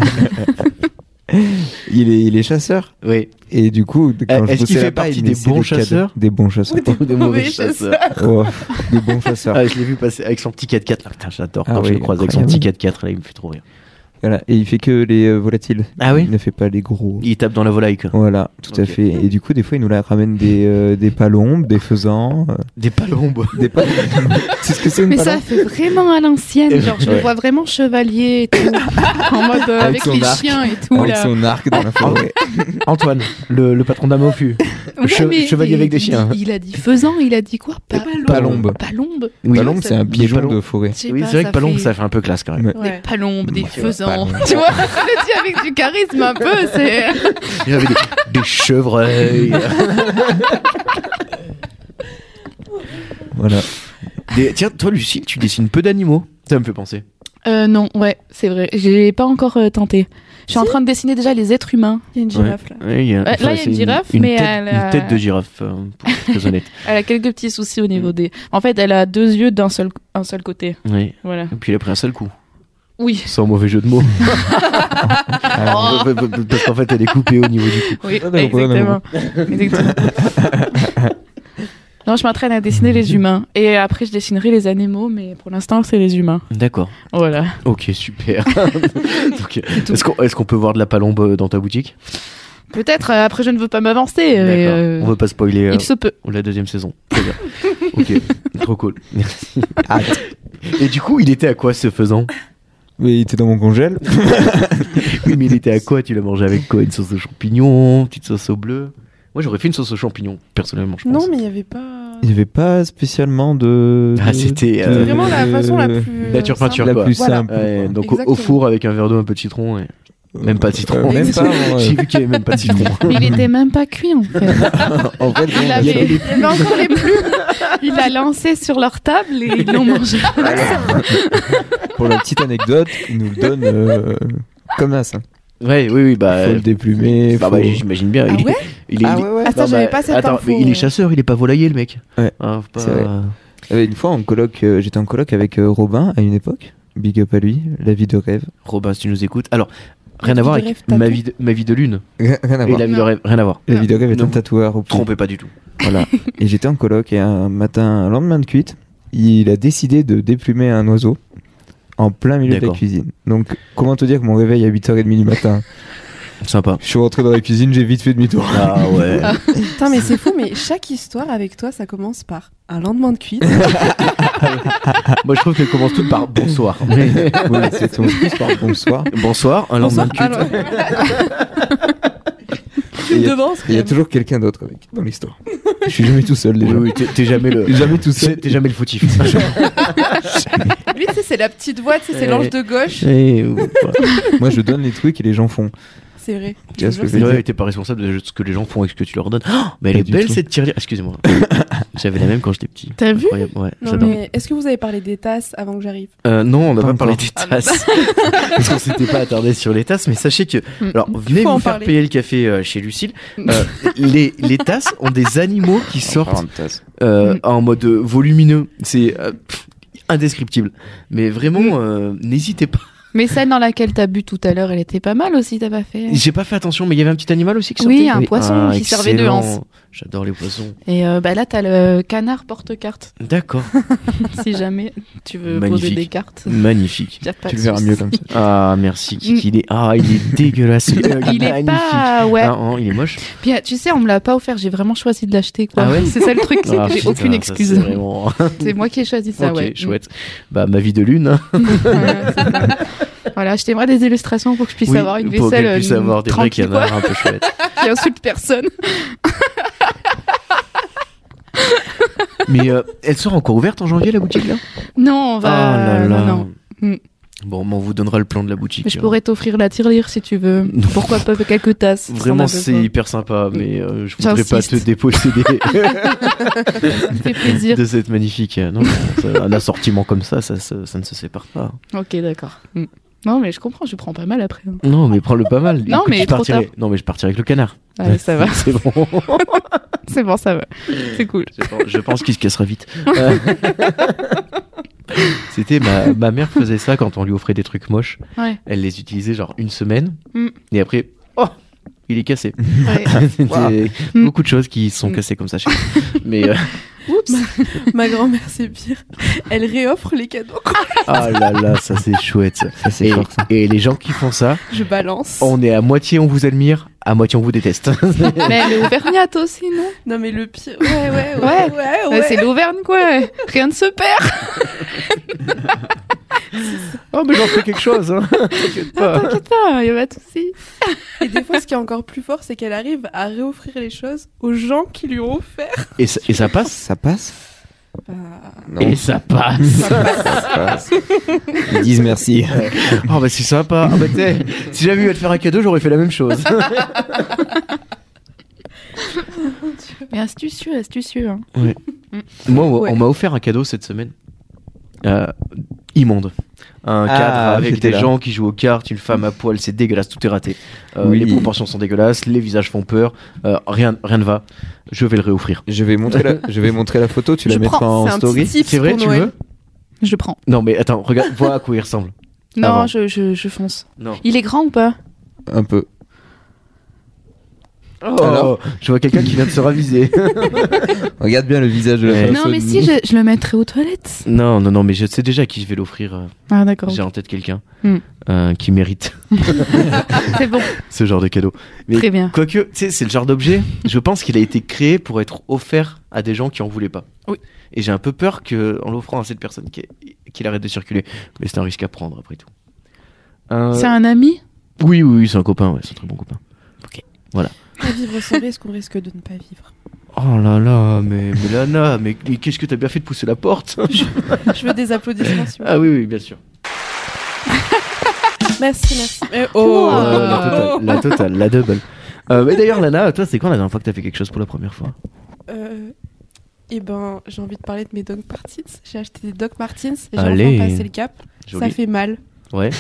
S2: il est, il est chasseur.
S1: Oui.
S2: Et du coup, de- quand
S1: Eh, Est-ce
S2: je bossais
S1: qu'il fait
S2: là-bas,
S1: partie
S2: il
S1: des
S2: laissait
S1: bons
S2: des cadeaux.
S1: chasseurs
S2: Des bons chasseurs.
S1: Des
S4: mauvais chasseurs.
S2: Oh, des bons chasseurs.
S1: Ah, je l'ai vu passer avec son petit 4x4. Là, putain, j'adore
S2: Ah
S1: quand je
S2: oui,
S1: le croise avec son petit 4x4, là, il me fait trop rire.
S2: Voilà. Et il fait que les euh, volatiles.
S1: Ah oui
S2: Il ne fait pas les gros.
S1: Il tape dans la volaille, quoi.
S2: Voilà, tout à
S1: Ok.
S2: fait. Et du coup, des fois, il nous la ramène des, euh, des palombes, des faisans. euh,
S1: Des palombes.
S2: des palombes. c'est ce que c'est une
S3: Mais
S2: palombe
S3: ça fait vraiment à l'ancienne. Genre, je
S2: Ouais.
S3: le vois vraiment chevalier et tout. en mode
S2: Avec
S3: euh, avec,
S2: son
S3: les
S2: arc.
S3: chiens et tout.
S2: Avec
S3: là.
S2: son arc dans la forêt.
S1: Antoine, le, le patron d'Amofu.
S3: Ouais,
S1: che-
S3: mais
S1: chevalier
S3: il-
S1: avec des chiens.
S3: Il, il a dit faisant, il a dit quoi Pas
S2: Palombe.
S3: Palombe
S1: Oui.
S2: palombe, c'est un
S1: Des
S2: pigeon
S1: palombes.
S2: de forêt.
S3: Je sais
S1: Oui,
S3: pas,
S1: c'est vrai que palombe,
S3: fait-
S1: ça fait un peu classe quand même.
S4: Ouais.
S3: Palombes, des
S2: Ouais,
S3: faisans.
S2: palombe.
S3: Tu vois, je le dis avec du charisme un peu, c'est.
S1: Il y avait des, des chevreuils.
S2: Voilà.
S1: Des- Tiens, toi, Lucille, tu dessines peu d'animaux. Ça me fait penser.
S3: Euh, non, ouais, c'est vrai. J'ai pas encore euh, tenté. Je suis en train de dessiner déjà les êtres humains.
S4: Il y a une girafe là.
S1: Ouais, il y a,
S3: Ouais, là, il y a
S1: c'est
S3: une girafe, mais
S1: tête,
S3: elle a-
S1: une tête de girafe, euh, pour être très honnête.
S3: Elle a quelques petits soucis au niveau des. En fait, elle a deux yeux d'un seul, un seul côté.
S1: Ouais.
S3: Voilà.
S1: Et puis il a pris un seul coup,
S3: Oui.
S1: sans mauvais jeu de mots. Ah,
S3: Oh.
S1: Parce qu'en fait, elle est coupée au niveau du cou.
S3: Oui,
S2: Ah, d'accord,
S3: exactement. Exactement. Non, je m'entraîne à dessiner les humains. Et après, je dessinerai les animaux, mais pour l'instant, c'est les humains.
S1: D'accord.
S3: Voilà.
S1: Ok, super. Donc, euh, Est-ce qu'on est-ce qu'on peut voir de la palombe dans ta boutique
S3: Peut-être, euh, après, je ne veux pas m'avancer. mais,
S1: D'accord.
S3: euh,
S1: On veut pas spoiler euh,
S3: Il se peut.
S1: la deuxième saison. Très bien. ok, trop cool. Merci. Et du coup, il était à quoi ce faisant
S2: Mais il était dans mon congèle.
S1: Oui, mais il était à quoi Tu l'as mangé avec quoi Une sauce aux champignons, petite sauce au bleu Moi, j'aurais fait une sauce aux champignons, personnellement, je pense.
S4: Non, mais il n'y avait pas.
S2: Il n'y avait pas spécialement de.
S1: Ah, c'était,
S2: de-
S1: euh,
S4: Vraiment la façon la plus.
S1: nature
S4: euh,
S1: peinture.
S2: la
S1: quoi.
S2: plus
S4: Voilà.
S2: simple.
S1: Ouais, donc au- au,
S4: Exactement.
S1: four avec un verre d'eau, un peu de citron, et même pas de citron.
S2: Euh, même pas. hein,
S1: J'ai vu qu'il n'y avait même pas de citron.
S3: Mais il était même pas cuit, en fait.
S2: en fait,
S3: Il
S2: bon, il y
S3: avait,
S2: avait-
S3: il avait encore les plumes. Il a lancé sur leur table et ils l'ont mangé.
S2: pour la petite anecdote, il nous le donne euh, comme ça.
S1: ouais, oui, oui, bah.
S2: faut le déplumé.
S1: bah,
S2: faut-
S1: bah, j'imagine bien.
S4: Ah
S1: il, est-
S4: ouais
S1: il est-
S2: Ah ouais, ouais.
S4: Ah, ça,
S1: Non,
S4: j'avais
S1: bah,
S4: pas cette
S1: attends,
S4: info.
S1: mais il est chasseur, il est pas volailler le mec.
S2: Ouais.
S1: Ah, faut pas-
S2: C'est vrai. Euh, Une fois, en coloc, euh, j'étais en coloc avec euh, Robin à une époque. Big up à lui, la vie de rêve.
S1: Robin, si tu nous écoutes. Alors, rien
S4: vie
S1: à voir
S4: de
S1: avec
S4: rêve, t'as
S1: ma
S4: tout
S1: vie, de, ma vie de lune
S2: Rien rien à
S1: et
S2: voir.
S1: la vie de rêve. Rien à voir.
S2: La vie de rêve est
S1: Ne
S2: un
S1: vous
S2: tatoueur. au pied.
S1: Trompez pas du tout.
S2: Voilà. et j'étais en coloc et un matin, un lendemain de cuite, il a décidé de déplumer un oiseau en plein milieu de la
S1: D'accord.
S2: cuisine. Donc, comment te dire que mon réveil à 8h30 du matin
S1: Sympa.
S2: Je suis rentré dans la cuisine, j'ai vite fait demi-tour.
S1: Ah ouais.
S4: Putain, mais c'est fou, mais chaque histoire avec toi, ça commence par un lendemain de cuite.
S1: Moi, je trouve qu'elle commence toutes par bonsoir.
S2: Ouais, c'est ton plus par bonsoir.
S1: bonsoir, un lendemain de cuite.
S4: Alors,
S2: Et
S4: tu
S2: il y
S4: me
S2: a-
S4: devances.
S2: et Il y a toujours quelqu'un d'autre avec dans l'histoire. Je suis jamais tout seul
S1: Oui,
S2: déjà.
S1: oui, t'es- t'es jamais le.
S2: Jamais tout
S1: t'es-
S2: seul.
S1: T'es jamais le fautif.
S4: Lui, tu sais, c'est la petite voix, tu sais, c'est
S1: Euh,
S4: l'ange de gauche.
S1: Et, ouais,
S2: Moi, je donne les trucs et les gens font.
S4: C'est vrai.
S2: Tu vois ce que je veux
S1: ouais,
S2: dire
S1: t'es pas responsable de ce que les gens font et ce que tu leur donnes. Oh, mais elle
S2: Pas
S1: est
S2: du
S1: belle
S2: tout.
S1: cette tirelire. Excusez-moi. J'avais la même quand j'étais petit.
S3: T'as vu
S1: Incroyable, ouais,
S4: Non,
S1: j'adore.
S4: mais est-ce que vous avez parlé des tasses avant que j'arrive
S1: Euh, non, on n'a
S2: Pas
S1: pas, parlé
S2: encore.
S1: des tasses. Parce qu'on s'était pas attardé sur les tasses, mais sachez que.
S3: Mm.
S1: Alors, venez
S4: Faut en
S1: vous faire
S4: parler.
S1: payer le café euh, chez Lucille. Euh, les, les tasses ont des animaux qui sortent
S2: Parenthèse.
S1: euh,
S3: Mm.
S1: en mode euh, volumineux. C'est. euh, pff, indescriptible. Mais
S3: Mm.
S1: vraiment, euh, n'hésitez pas.
S3: Mais celle dans laquelle t'as bu tout à l'heure, elle était pas mal aussi, t'as pas fait
S1: J'ai pas fait attention, mais il y avait un petit animal aussi qui sortait.
S3: Oui, un
S1: Ah,
S3: poisson qui servait de
S1: excellent.
S3: hanse.
S1: J'adore les poissons.
S3: Et euh, bah là, t'as le canard porte-carte,
S1: D'accord.
S3: si jamais tu veux poser
S1: Magnifique. Mm.
S3: des cartes.
S1: Magnifique.
S3: Y a pas
S2: Tu
S3: de
S2: le verras
S3: souci.
S2: mieux comme ça.
S1: Ah, merci. Kiki. Il est, ah, il est dégueulasse.
S3: Mm. Il est
S1: Magnifique.
S3: pas, ouais.
S1: Ah, oh, il est moche.
S3: Puis, tu sais, on me l'a pas offert, j'ai vraiment choisi de l'acheter, quoi.
S1: Ah ouais
S3: c'est ça le truc, c'est
S1: Ah,
S3: que j'ai
S1: putain,
S3: aucune
S1: ça,
S3: excuse.
S1: c'est vraiment-
S3: C'est moi qui ai choisi ça,
S1: ok,
S3: ouais.
S1: chouette. Bah, ma vie de lune. hein.
S3: Ouais, c'est ça. voilà, je t'aimerais des illustrations pour que je puisse
S1: Oui,
S3: avoir une
S1: pour
S3: vaisselle
S1: qu'elle puisse
S3: euh,
S1: avoir des vrais
S3: tranquille, quoi,
S1: canards un peu chouettes.
S3: qui insulte personne.
S1: Mais euh, elle sera encore ouverte en janvier, la boutique, là
S3: Non, on va.
S1: Oh là là.
S3: non, non. Mm.
S1: Bon, mais on vous donnera le plan de la boutique.
S3: Mais je
S1: hein.
S3: pourrais t'offrir la tirelire si tu veux.
S1: Non.
S3: Pourquoi pas quelques tasses si t'en
S1: Vraiment,
S3: as
S1: c'est
S3: besoin.
S1: hyper sympa, mais euh, je voudrais pas te
S3: J'insiste.
S1: déposséder
S3: Ça me fait plaisir.
S1: de cette magnifique. euh, non, non, ça- un assortiment comme ça, ça, se- ça ne se sépare pas.
S3: Ok, d'accord. Mm. Non, mais je comprends, je prends pas mal après. hein.
S1: Non, mais prends-le pas mal.
S3: Non,
S1: Écoute,
S3: mais
S1: je
S3: trop
S1: partirai- Non, mais je partirai avec le canard.
S3: Allez, ça va.
S1: c'est bon.
S3: C'est bon, ça va. C'est cool.
S1: Je pense- Je pense qu'il se cassera vite. Euh, C'était ma, ma mère faisait ça quand on lui offrait des trucs moches.
S3: Ouais.
S1: Elle les utilisait genre une semaine
S3: Mm.
S1: et après, oh, il est cassé.
S3: Ouais.
S1: C'était
S2: Wow.
S1: beaucoup de choses qui sont
S3: Mm.
S1: cassées comme ça. Chez nous. Hmm. Mais euh,
S4: Oups, ma grand-mère, c'est pire. Elle réoffre les cadeaux.
S1: ah là là, ça c'est chouette. ça.
S2: Ça, c'est
S1: Et,
S2: fort, ça.
S1: et les gens qui font ça,
S4: Je balance.
S1: on est à moitié on vous admire, à moitié on vous déteste.
S3: Mais elle est auvergnate aussi, non
S4: Non, mais le pire. Ouais, ouais,
S3: Ouais.
S4: ouais. ouais,
S3: Ouais, C'est l'Auvergne, quoi. Rien ne se perd.
S1: oh mais j'en fais quelque chose. Hein. T'inquiète pas.
S3: T'inquiète pas, il a pas de souci.
S4: Et des fois, ce qui est encore plus fort, c'est qu'elle arrive à réoffrir les choses aux gens qui lui ont offert.
S1: Et, ça- et ça passe.
S2: Ça passe
S4: Bah,
S2: Non.
S1: Et ça passe.
S2: Ça passe. Ils disent merci.
S1: Oh bah c'est sympa. Ah bah t'sais, si j'avais eu à te faire un cadeau, j'aurais fait la même chose.
S3: Mais astucieux, astucieux. hein.
S1: Moi, on-
S4: Ouais.
S1: on m'a offert un cadeau cette semaine. Euh, immonde. Un
S2: Ah,
S1: cadre avec
S2: j'étais
S1: des
S2: là.
S1: gens qui jouent aux cartes, une femme à poil, c'est dégueulasse, tout est raté. Euh,
S2: Oui.
S1: Les proportions sont dégueulasses, les visages font peur, euh, rien, rien ne va. Je vais le réoffrir.
S2: Je vais montrer la, je vais montrer la photo, tu la
S3: Je
S2: mettras
S3: prends,
S2: en
S4: c'est un
S2: story.
S4: petit tips
S1: C'est vrai,
S4: pour
S1: tu
S4: Noël.
S1: veux
S3: Je prends.
S1: Non, mais attends, regarde, vois à quoi il ressemble. Ah
S3: Non,
S1: bon.
S3: je, je, je fonce.
S1: Non.
S3: Il est grand ou pas
S2: Un peu.
S1: Oh,
S2: Alors
S1: je vois quelqu'un qui vient de se raviser.
S2: Regarde bien le visage de la
S1: Ouais.
S2: personne.
S3: Non, mais si, je, je le mettrai aux toilettes.
S1: non, non, non, mais je sais déjà à qui je vais l'offrir. euh,
S3: Ah, d'accord.
S1: J'ai en tête quelqu'un
S3: Hmm.
S1: euh, qui mérite
S3: C'est bon,
S1: ce genre de cadeau. Mais-
S3: très bien.
S1: Quoique, tu sais, c'est le genre d'objet, je pense qu'il a été créé pour être offert à des gens qui en voulaient pas.
S3: Oui.
S1: Et j'ai un peu peur que, en l'offrant à cette personne, qu'il qu'il arrête de circuler. Mais c'est un risque à prendre, après tout. Euh,
S3: C'est un ami
S1: Oui, oui, oui, c'est un copain, ouais, c'est un très bon copain.
S4: À vivre sans risque, on risque de ne pas vivre.
S1: Oh là là, mais, mais Lana, mais, mais qu'est-ce que t'as bien fait de pousser la porte
S4: Je veux des applaudissements, s'il vous plaît.
S1: Ah oui, oui, bien sûr.
S4: Merci, merci. Eh,
S3: Oh,
S4: oh,
S1: Euh, la totale, la totale, la double. Euh, mais d'ailleurs, Lana, toi, c'est quand la dernière fois que t'as fait quelque chose pour la première fois
S4: Euh, eh ben, j'ai envie de parler de mes Doc Martins. J'ai acheté des Doc Martins et j'ai
S1: Allez.
S4: enfin passé le cap. Ça fait mal.
S1: Ouais.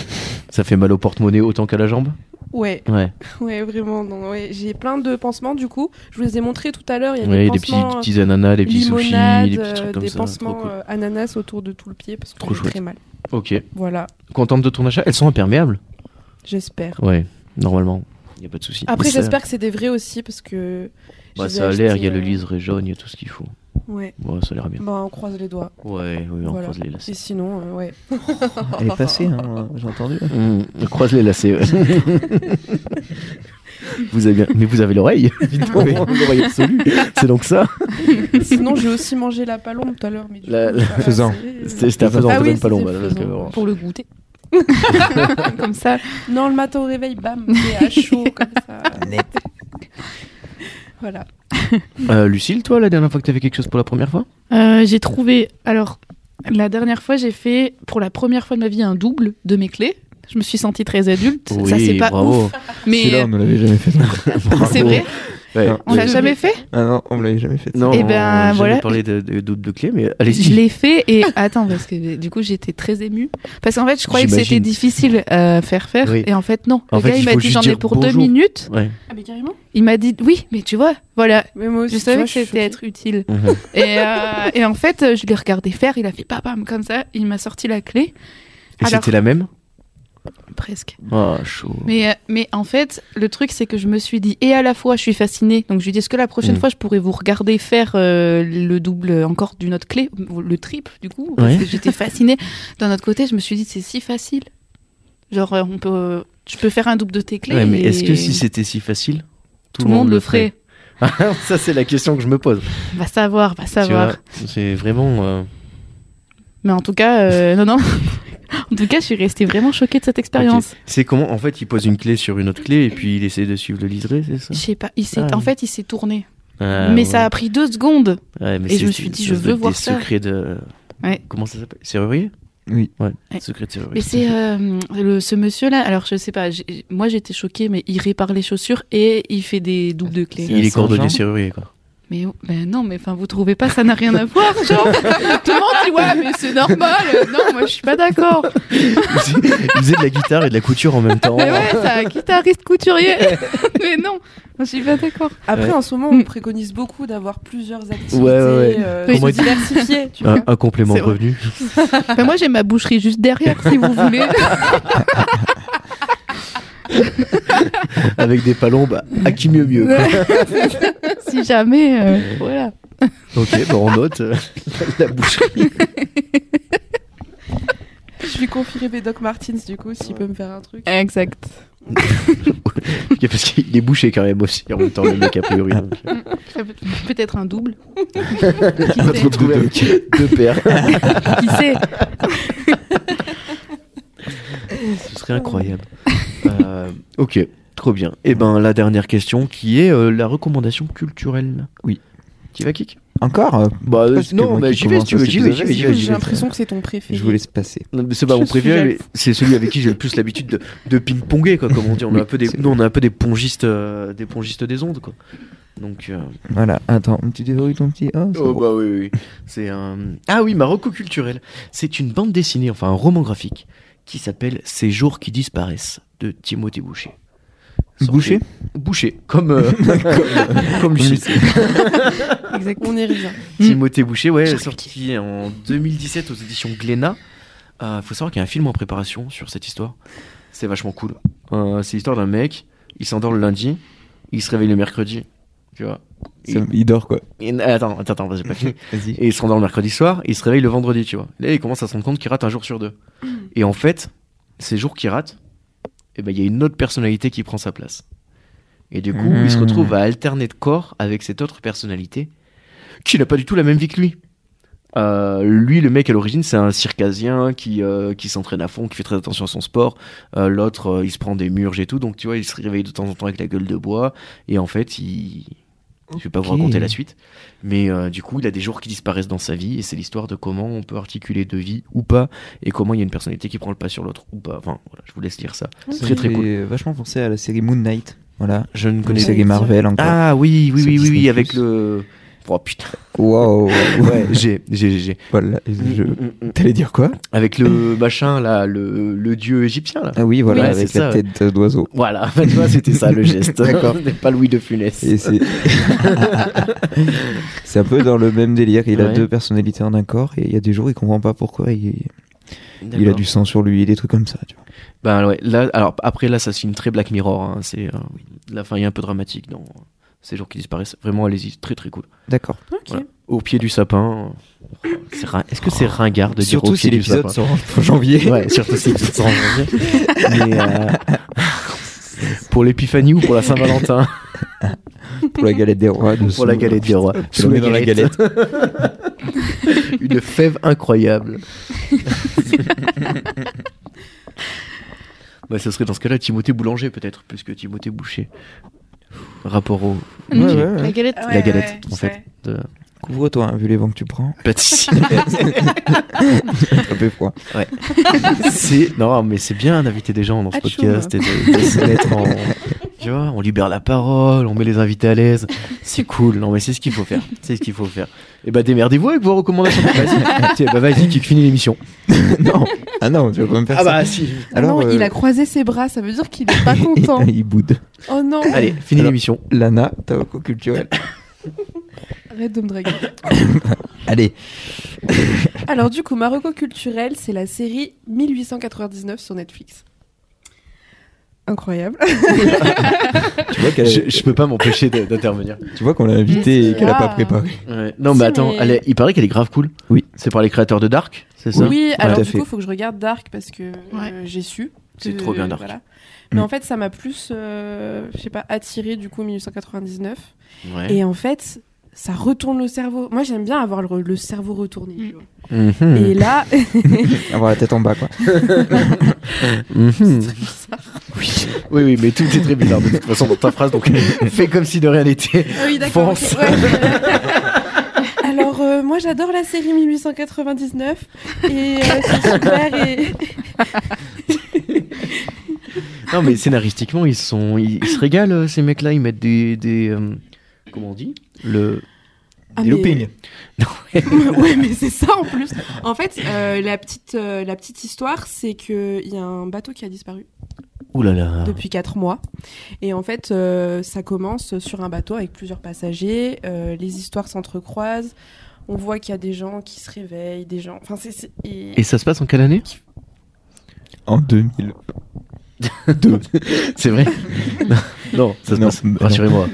S1: Ça fait mal au porte-monnaie autant qu'à la jambe
S4: Ouais,
S1: Ouais.
S4: ouais, vraiment. non, ouais. J'ai plein de pansements du coup. Je vous les ai montrés tout à l'heure. Il y a
S1: Ouais,
S4: Euh, des
S1: des petits,
S4: pansements.
S1: des petits ananas, des petits sushis,
S4: limonade,
S1: des petits
S4: euh,
S1: trucs comme
S4: des
S1: ça.
S4: pansements
S1: trop cool.
S4: euh, ananas autour de tout le pied parce que
S1: Trop
S4: j'ai
S1: chouette.
S4: très mal.
S1: Ok.
S4: Voilà,
S1: Contente de ton achat Elles sont imperméables
S4: j'espère.
S1: Ouais, normalement. Il a pas de souci.
S4: Après,
S1: Mais ça-
S4: j'espère que c'est des vrais aussi parce que.
S1: bah,
S4: je les ai
S1: ça a l'air, il y a
S4: achetés,
S1: le
S4: euh,
S1: liseré jaune, il y a tout ce qu'il faut.
S4: Ouais.
S1: Ouais, ça a l'air bien.
S4: Bah, on croise les doigts.
S1: Ouais, oui, on
S4: Voilà.
S1: croise les
S4: Et
S1: lacets.
S4: sinon, euh, ouais.
S2: Elle est passée, hein, j'ai entendu.
S1: Mmh, on croise les lacets, ouais. vous avez bien... Mais vous avez l'oreille, dis donc, l'oreille absolue. C'est donc ça
S4: sinon, j'ai aussi mangé la palombe tout à l'heure. mais du
S1: La-
S4: coup,
S1: la-
S4: voilà,
S2: Faisan.
S4: c'est-
S1: C'était c'était à présent,
S4: Ah oui,
S1: pas long.
S4: c'était
S1: parce que-
S4: faisant.
S3: Pour le goûter. Comme ça.
S4: Non, le matin au réveil, bam, c'est à chaud comme ça. Voilà.
S1: Euh, Lucille, toi, la dernière fois que t'avais quelque chose pour la première fois
S3: Euh, j'ai trouvé. Alors, la dernière fois, j'ai fait pour la première fois de ma vie un double de mes clés. Je me suis sentie très adulte. ça, c'est pas ouf. Mais
S2: Celui-là, on ne l'avait jamais fait.
S3: c'est vrai.
S1: Ouais.
S3: On l'a jamais fait
S2: Ah non, on me l'avait jamais fait.
S1: Non,
S3: Eh ben,
S1: on
S3: voilà.
S1: parlé de, de, de, de clés, mais
S3: Je
S1: allez-y.
S3: l'ai fait et attends parce que du coup j'étais très émue parce qu'en fait je croyais que
S1: J'imagine.
S3: c'était difficile euh, à faire faire
S1: Oui.
S3: et en fait non.
S1: En
S3: le
S1: fait,
S3: gars
S1: il
S3: il m'a
S1: faut
S3: dit
S1: juste
S3: j'en ai
S1: dire
S3: pour deux
S1: bonjour.
S3: minutes.
S1: Ouais.
S4: Ah, mais carrément
S3: Il m'a dit oui mais tu vois voilà.
S4: Mais moi aussi,
S3: Je
S4: tu
S3: savais
S4: vois,
S3: que
S4: suis
S3: c'était
S4: choquée.
S3: être utile.
S1: Mhm.
S3: Et, euh, et en fait, euh, je l'ai regardé faire, il a fait papam comme ça, il m'a sorti la clé,
S1: Et
S3: Alors-
S1: c'était la même
S3: presque.
S1: Ah, chaud.
S3: Mais, euh, mais en fait, le truc, c'est que je me suis dit, et à la fois, je suis fascinée. Donc, je lui dis, est-ce que la prochaine
S1: Mm.
S3: fois, je pourrais vous regarder faire euh, le double euh, encore d'une autre clé, ou le triple, du coup Parce
S1: Ouais.
S3: que j'étais fascinée. D'un autre côté, je me suis dit, c'est si facile. Genre, euh, on peut, euh, je peux faire un double de tes clés.
S1: Ouais, mais
S3: et
S1: est-ce que si c'était si facile,
S3: tout le monde le ferait
S1: ferait Ah, Ça, c'est la question que je me pose.
S3: Va savoir, va
S1: Tu
S3: savoir.
S1: vois, c'est vraiment. euh,
S3: Mais en tout cas, euh, non, non. en tout cas, je suis restée vraiment choquée de cette expérience.
S1: ok. C'est comment En fait, il pose une clé sur une autre clé et puis il essaie de suivre le liseré, c'est ça
S3: Je sais pas, il s'est,
S1: Ah.
S3: en fait, il s'est tourné.
S1: Ah,
S3: mais
S1: ouais.
S3: ça a pris deux secondes.
S1: Ouais, mais
S3: et je
S1: c'est-
S3: me suis dit,
S1: ça
S3: je
S1: doit
S3: veux
S1: être
S3: voir
S1: des
S3: ça.
S1: secrets de.
S3: Ouais.
S1: Comment ça s'appelle Serrurier
S2: Oui.
S1: Ouais,
S3: Ouais.
S1: secret de serrurier.
S3: Mais c'est euh, le, ce monsieur-là, alors je sais pas, j'ai- moi j'étais choquée, mais il répare les chaussures et il fait des doubles de clés.
S2: C'est-
S1: Il est cordonnier
S2: Saint-Jean
S1: serrurier, quoi.
S3: Mais, oh, ben non, mais enfin vous trouvez pas, ça n'a rien à voir, genre Tout le monde dit ouais, mais c'est normal, non, moi je suis pas d'accord.
S1: il faisait il faisait de la guitare et de la couture en même temps.
S3: Mais ouais, c'est un guitariste couturier, mais non, je suis pas d'accord.
S4: Après,
S1: Ouais.
S4: en ce moment,
S3: Mm.
S4: on préconise beaucoup d'avoir plusieurs activités
S1: Ouais, Ah. ouais, ouais.
S4: euh,
S1: Oui.
S4: se
S1: Comment-
S4: diversifier. tu vois.
S1: Un, un complément
S3: C'est vrai.
S1: revenu.
S3: Ben, moi j'ai ma boucherie juste derrière si vous voulez.
S1: Avec des palombes, à qui mieux mieux. quoi.
S3: si jamais, euh, voilà.
S1: ok, bon, on note euh, la boucherie.
S4: Je lui confierai mes Doc Martins, du coup, s'il peut me faire un
S3: Ah,
S4: truc.
S3: Exact.
S1: Ok, Parce qu'il est bouché quand même aussi en même temps, le mec a priori. donc, euh,
S3: Peut-être un double. Qui
S1: on va se
S3: sait
S1: retrouver avec deux paires.
S3: Qui sait
S1: Ce serait incroyable. Euh, ok, trop bien. Et ben la dernière question qui est euh, la recommandation culturelle.
S2: Oui.
S1: Tu vas kick
S2: Encore euh,
S1: Bah
S2: parce que
S1: non,
S2: moi
S1: mais
S2: qui
S1: j'y vais,
S2: commence,
S1: si tu veux,
S2: parce que
S1: j'y vais,
S2: vous
S1: j'y
S2: avez-
S1: vais, j'y vais.
S4: J'ai l'impression que c'est ton préféré.
S2: Je vous laisse passer.
S1: Non, mais C'est pas
S4: Je
S1: mon
S4: suis
S1: préféré, mais
S4: jalouse.
S1: c'est celui avec qui j'ai le plus l'habitude de, de ping-ponger, quoi. Comme on dit, on est
S2: Oui,
S1: un peu des,
S2: c'est
S1: nous, on est un peu des pongistes, euh, des pongistes des ondes, quoi. Donc. euh,
S2: Voilà, attends, tu déverrouilles ton petit. Oh, c'est
S1: Oh
S2: bon.
S1: bah oui, oui, oui. C'est un... Ah oui, Marocco culturel. C'est une bande dessinée, enfin un roman graphique, qui s'appelle Ces jours qui disparaissent, de Timothée Boucher. Sorti-
S2: Boucher
S1: Boucher, comme... euh, comme- Hmm. comme Lucie.
S3: Exact.
S4: On y revient.
S1: Timothée Boucher, ouais,
S3: Charcuterie.
S1: sorti en 2017 aux éditions Glénat. Il faut savoir qu'il y a un film en préparation sur cette histoire. C'est vachement cool. Euh, c'est l'histoire d'un mec, il s'endort le lundi, il se réveille le mercredi, tu vois.
S2: Ça- Il dort quoi.
S1: Il- Attends, attends, attends, j'ai pas fini.
S2: Vas-y.
S1: Et il se rendort le mercredi soir, et il se réveille le vendredi, tu vois. Là, il commence à se rendre compte qu'il rate un jour sur deux. Et en fait, ces jours qu'il rate, eh ben, il y a une autre personnalité qui prend sa place. Et du coup, il se
S2: Mmh.
S1: retrouve à alterner de corps avec cette autre personnalité qui n'a pas du tout la même vie que lui. Euh, lui, le mec à l'origine, c'est un circasien qui, euh, qui s'entraîne à fond, qui fait très attention à son sport. Euh, L'autre, euh, il se prend des murges et tout. Donc, tu vois, il se réveille de temps en temps avec la gueule de bois. Et en fait, il. Je vais pas vous
S2: Ok.
S1: raconter la suite. Mais euh, du coup, il a des jours qui disparaissent dans sa vie. Et c'est l'histoire de comment on peut articuler deux vies ou pas. Et comment il y a une personnalité qui prend le pas sur l'autre ou pas. Enfin, voilà, je vous laisse lire ça.
S2: Ça
S1: Très, très
S2: fait
S1: cool.
S2: Vachement pensé à la série Moon Knight. Voilà.
S1: Je ne
S2: Une
S1: connais
S2: série Marvel encore.
S1: Ah oui, oui,
S2: Sur
S1: oui, oui,
S2: Disney+.
S1: oui, avec le. Oh putain.
S2: Waouh.
S1: Ouais, j'ai, j'ai, j'ai.
S2: Voilà,
S1: Mm,
S2: je- T'allais dire quoi
S1: Avec le machin là, le, le dieu égyptien là.
S2: Ah oui, voilà,
S1: Oui,
S2: avec
S1: c'est
S2: la
S1: ça, ouais.
S2: tête d'oiseau.
S1: Voilà, tu vois, c'était ça le geste.
S2: D'accord.
S1: N'est pas Louis de Funès.
S2: Et c'est. c'est un peu dans le même délire. Il a
S1: Ouais.
S2: deux personnalités en un corps et il y a des jours, il comprend pas pourquoi. Il, il a
S1: D'accord.
S2: du sang sur lui, des trucs comme ça. Tu vois.
S1: Ben ouais, là, alors après là, ça se filme très Black Mirror. hein, c'est euh, la fin est un peu dramatique dans euh, ces jours qui disparaissent. Vraiment, allez-y, très très cool.
S2: D'accord.
S4: Ok.
S1: Voilà. Au pied du sapin. euh, c'est rin- Est-ce que c'est ringard de dire
S2: Surtout
S1: au pied
S2: si
S1: du
S2: l'épisode
S1: sapin
S2: sort en janvier.
S1: Ouais, surtout si l'épisode sort en janvier. Mais euh, pour l'épiphanie ou pour la Saint-Valentin
S2: Pour la galette des rois. de
S1: Pour la
S2: sous-
S1: galette des rois.
S2: Sous la galette.
S1: Une fève incroyable. bah, ça serait dans ce cas-là Timothée Boulanger, peut-être, plus que Timothée Boucher. Rapport au
S2: Ouais,
S3: Ok.
S2: ouais,
S3: La
S2: ouais.
S3: galette.
S1: la galette, en fait. De
S2: Couvre-toi, hein, vu les vents que tu prends.
S1: pâtissier.
S2: Un peu froid.
S1: c'est... Non, mais c'est bien d'inviter des gens dans ce
S2: hein.
S4: Atchoum.
S1: podcast et de, de se mettre en. Tu vois, on libère la parole, on met les invités à l'aise. C'est cool. Non, mais c'est ce qu'il faut faire. C'est ce qu'il faut faire. Et bah, démerdez-vous avec vos recommandations. vas-y, Tiens, bah, vas-y, tu finis l'émission.
S2: non, ah non, tu vas pas me faire
S1: Ah
S2: ça.
S1: bah, si.
S2: Alors,
S4: non,
S2: euh,
S4: il a croisé ses bras, ça veut dire qu'il est pas content.
S2: il boude.
S4: oh non,
S1: Allez, finis
S2: Alors-
S1: l'émission.
S2: Lana, Taoko culturel.
S4: arrête de me draguer.
S2: Allez,
S4: Alors du coup, Marocco culturel, c'est la série 1899 sur Netflix. Incroyable.
S2: tu vois qu'elle,
S1: Je, je peux pas m'empêcher de- d'intervenir.
S2: tu vois qu'on l'a invitée et qu'elle a pas
S4: Ah.
S2: préparé.
S1: Ouais. Non,
S4: Si,
S1: mais attends,
S4: mais-
S1: elle est- il paraît qu'elle est grave cool.
S2: Oui.
S1: C'est par les créateurs de Dark, c'est ça
S4: oui, alors
S2: tout à
S4: du
S2: fait.
S4: coup, faut que je regarde Dark parce que euh,
S3: Ouais.
S4: j'ai su.
S1: C'est
S4: que-
S1: trop bien, Dark.
S4: Mais
S2: Mm.
S4: en fait, ça m'a plus, euh, je sais pas, attiré du coup 1899.
S1: Ouais.
S4: Et en fait, ça retourne le cerveau. Moi, j'aime bien avoir le, le cerveau retourné. tu
S3: Mm.
S4: vois.
S2: Mhm.
S4: Et là,
S2: Avoir la tête en bas, quoi.
S1: Mhm. Oui, oui, mais tout est très bizarre de toute façon dans ta phrase, donc fais comme si de rien n'était.
S4: Ah oui, d'accord. ok,
S1: Fonce.
S4: ouais. Alors, euh, moi, j'adore la série 1899. Et euh, c'est super. Et...
S1: Non, mais scénaristiquement, ils, sont, ils, ils se régalent, euh, ces mecs-là. Ils mettent des. des euh, comment on dit Le.
S4: Ah,
S1: des
S4: mais-
S1: loopings.
S4: ouais, mais c'est ça en plus. En fait, euh, la, petite, euh, la petite histoire, c'est qu'il y a un bateau qui a disparu
S1: Ouh là là.
S4: depuis 4 mois. Et en fait, euh, ça commence sur un bateau avec plusieurs passagers. euh, les histoires s'entrecroisent. On voit qu'il y a des gens qui se réveillent, des gens. Enfin, c'est. c'est- et-
S1: Et ça se passe en quelle année
S2: En 2000.
S1: C'est vrai Non, ça se
S2: Non,
S1: passe.
S2: non.
S1: Rassurez-moi.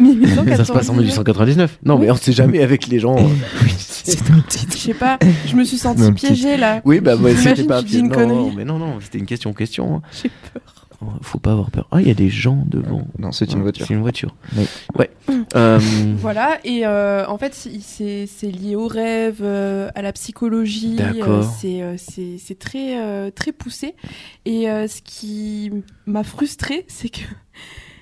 S1: Ça se passe en 1899. Non, mais on sait jamais avec les gens. euh,
S2: C'est un titre.
S4: Je sais pas, je me suis sentie
S2: Non, petit-
S4: piégée là.
S1: Oui, bah, moi,
S4: J'imagine
S1: c'était pas
S4: que tu dis
S1: non,
S4: une
S1: non,
S4: connerie.
S1: mais non, non, c'était une question, question. hein.
S4: J'ai peur.
S1: Oh, Faut pas avoir peur. Ah, il y a des gens devant.
S2: Non, c'est une voiture.
S1: C'est une voiture.
S2: Oui.
S1: Ouais. Euh,
S4: Voilà, et euh, en fait, il- c'est c'est lié aux rêves, euh, à la psychologie.
S1: D'accord.
S4: euh, c'est, euh, c'est c'est très, euh, très poussé. Et euh, ce qui m'a frustrée, c'est que.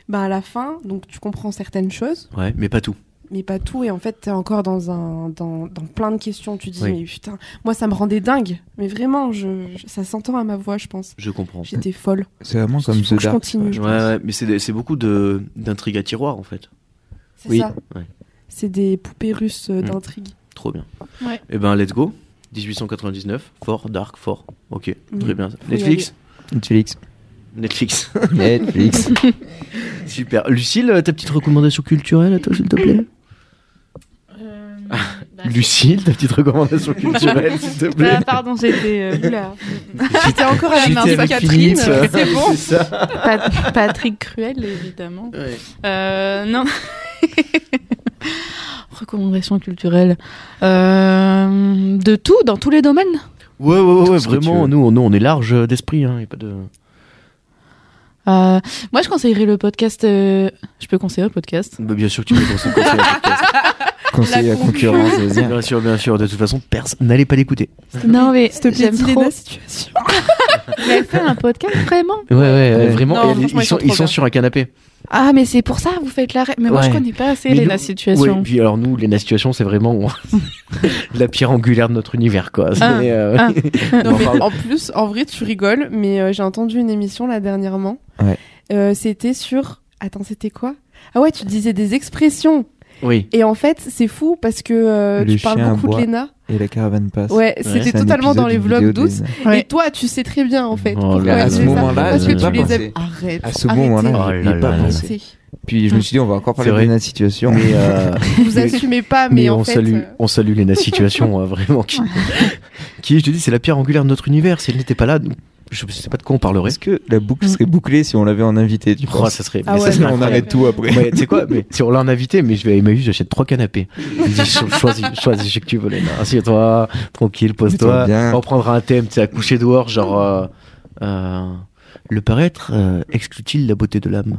S4: Bah à la fin, donc tu comprends certaines choses,
S1: ouais, mais pas tout.
S4: mais pas tout, et en fait t'es encore dans un dans, dans plein de questions. Tu dis
S1: Oui.
S4: mais putain, moi ça me rendait dingue, mais vraiment, je, je- ça s'entend à ma voix, je pense.
S1: Je comprends.
S4: J'étais folle.
S2: C'est vraiment comme
S4: Il faut
S2: The
S4: que je
S2: Dark.
S4: continue. je
S1: Ouais, ouais, mais c'est c'est beaucoup de- d'intrigues à tiroir en fait.
S4: C'est
S2: Oui.
S4: ça.
S1: Ouais.
S4: C'est des poupées russes euh,
S1: Mm.
S4: d'intrigue.
S1: Trop bien.
S3: Ouais.
S1: Et ben, let's go. 1899, fort, dark, fort. Ok,
S4: Mm.
S1: très bien.
S4: y
S1: Netflix
S2: Netflix.
S1: Netflix.
S2: Netflix.
S1: Super. Lucille, ta petite recommandation culturelle à toi, s'il te plaît
S3: Euh, bah,
S1: Ah, Lucille, ta petite recommandation culturelle, s'il te plaît
S3: Ah, pardon, j'étais euh, oula.
S1: J'étais
S3: encore à la main de
S1: avec
S3: Catherine, euh,
S1: Philippe.
S3: c'est bon.
S1: ça.
S3: Pat- Patrick Cruel, évidemment.
S1: Ouais.
S3: Euh, non. Recommandation culturelle. Euh, de tout, dans tous les domaines.
S1: Ouais, ouais, ouais, ouais,
S2: ce que tu
S1: vraiment,
S2: veux.
S1: nous, nous, on est large euh, d'esprit, hein, y a pas de...
S3: Euh, moi, je conseillerais le podcast. euh, Je peux conseiller le podcast
S1: Bah, bien sûr que tu peux conseiller un podcast.
S2: Conseiller à
S4: La
S2: concurrence, vas-y.
S1: Bien sûr, bien sûr, de toute façon, personne, n'allez pas l'écouter.
S3: Non, mais
S4: S'il te plaît,
S3: j'aime
S4: dis-les
S3: trop.
S4: la situation.
S3: Mais elle fait un podcast vraiment
S1: Ouais, ouais, ouais, vraiment,
S4: Non,
S1: et ils,
S4: franchement, ils
S1: sont,
S4: sont
S1: ils
S4: trop
S1: sont
S4: bien.
S1: sur un canapé.
S3: Ah, mais c'est pour ça vous faites la. ré- Mais moi,
S1: Ouais.
S3: je connais pas assez
S1: Mais
S3: les
S1: nous-
S3: la
S1: Oui,
S3: situation.
S1: puis alors nous, la situation, c'est vraiment la pierre angulaire de notre univers, quoi. C'est,
S3: Ah,
S1: euh,
S3: ah.
S1: on
S4: Non, mais
S1: parle-
S4: en plus, en vrai, tu rigoles, mais euh, j'ai entendu une émission là dernièrement.
S2: Ouais.
S4: Euh, c'était sur. Attends, c'était quoi Ah ouais, tu disais des expressions.
S1: Oui.
S4: Et en fait, c'est fou parce que euh,
S2: Le
S4: tu parles
S2: chien
S4: beaucoup
S2: aboie.
S4: de Lena.
S2: Et la caravane passe.
S4: Ouais, c'était
S2: C'est un
S4: totalement
S2: épisode
S4: dans les
S2: d'une
S4: vlogs
S2: vidéo de
S4: douces.
S3: Ouais.
S4: Et toi, tu sais très bien en fait.
S1: Oh
S4: pourquoi
S1: là là.
S2: À
S4: tu fais
S2: ce
S4: ça.
S2: moment-là,
S4: parce
S2: je
S4: que
S2: n'ai
S4: tu
S2: pas
S4: les
S2: pensé.
S4: aimes. Arrête.
S2: À ce
S4: arrêtez,
S2: moment-là,
S1: Oh là
S2: je
S4: Ah,
S2: n'y ai pas
S1: là là.
S2: pensé.
S4: arrêtez.
S2: Puis je me suis dit, on va encore parler
S1: C'est
S2: de
S1: vrai.
S2: la situation.
S1: Mais, euh,
S4: Vous assumez
S3: Ah,
S4: pas, mais,
S1: mais
S4: en
S1: on,
S4: fait.
S1: salue,
S4: euh,
S1: on salue Lena Situation, euh, vraiment. Qui, qui, je te dis, c'est la pierre angulaire de notre univers. Si elle n'était pas là, nous- je sais pas de quoi on parlerait.
S2: Est-ce que la boucle serait bouclée si on l'avait en invité tu
S1: Oh,
S2: penses
S1: ça serait,
S4: Mm. Ah
S1: mais ça
S4: ouais,
S1: serait
S4: non,
S2: On
S1: incroyable.
S2: arrête tout après.
S1: Ouais, tu sais quoi mais Si on l'a en invité, mais je vais à Emmaüs, j'achète trois canapés. Je dis, cho- choisis, choisis ce que tu veux, Léna. Assieds-toi, tranquille,
S2: Mets-toi
S1: pose-toi.
S2: bien.
S1: On prendra un thème, tu sais, à coucher dehors, genre. euh, euh, le paraître euh, exclut-il la beauté de l'âme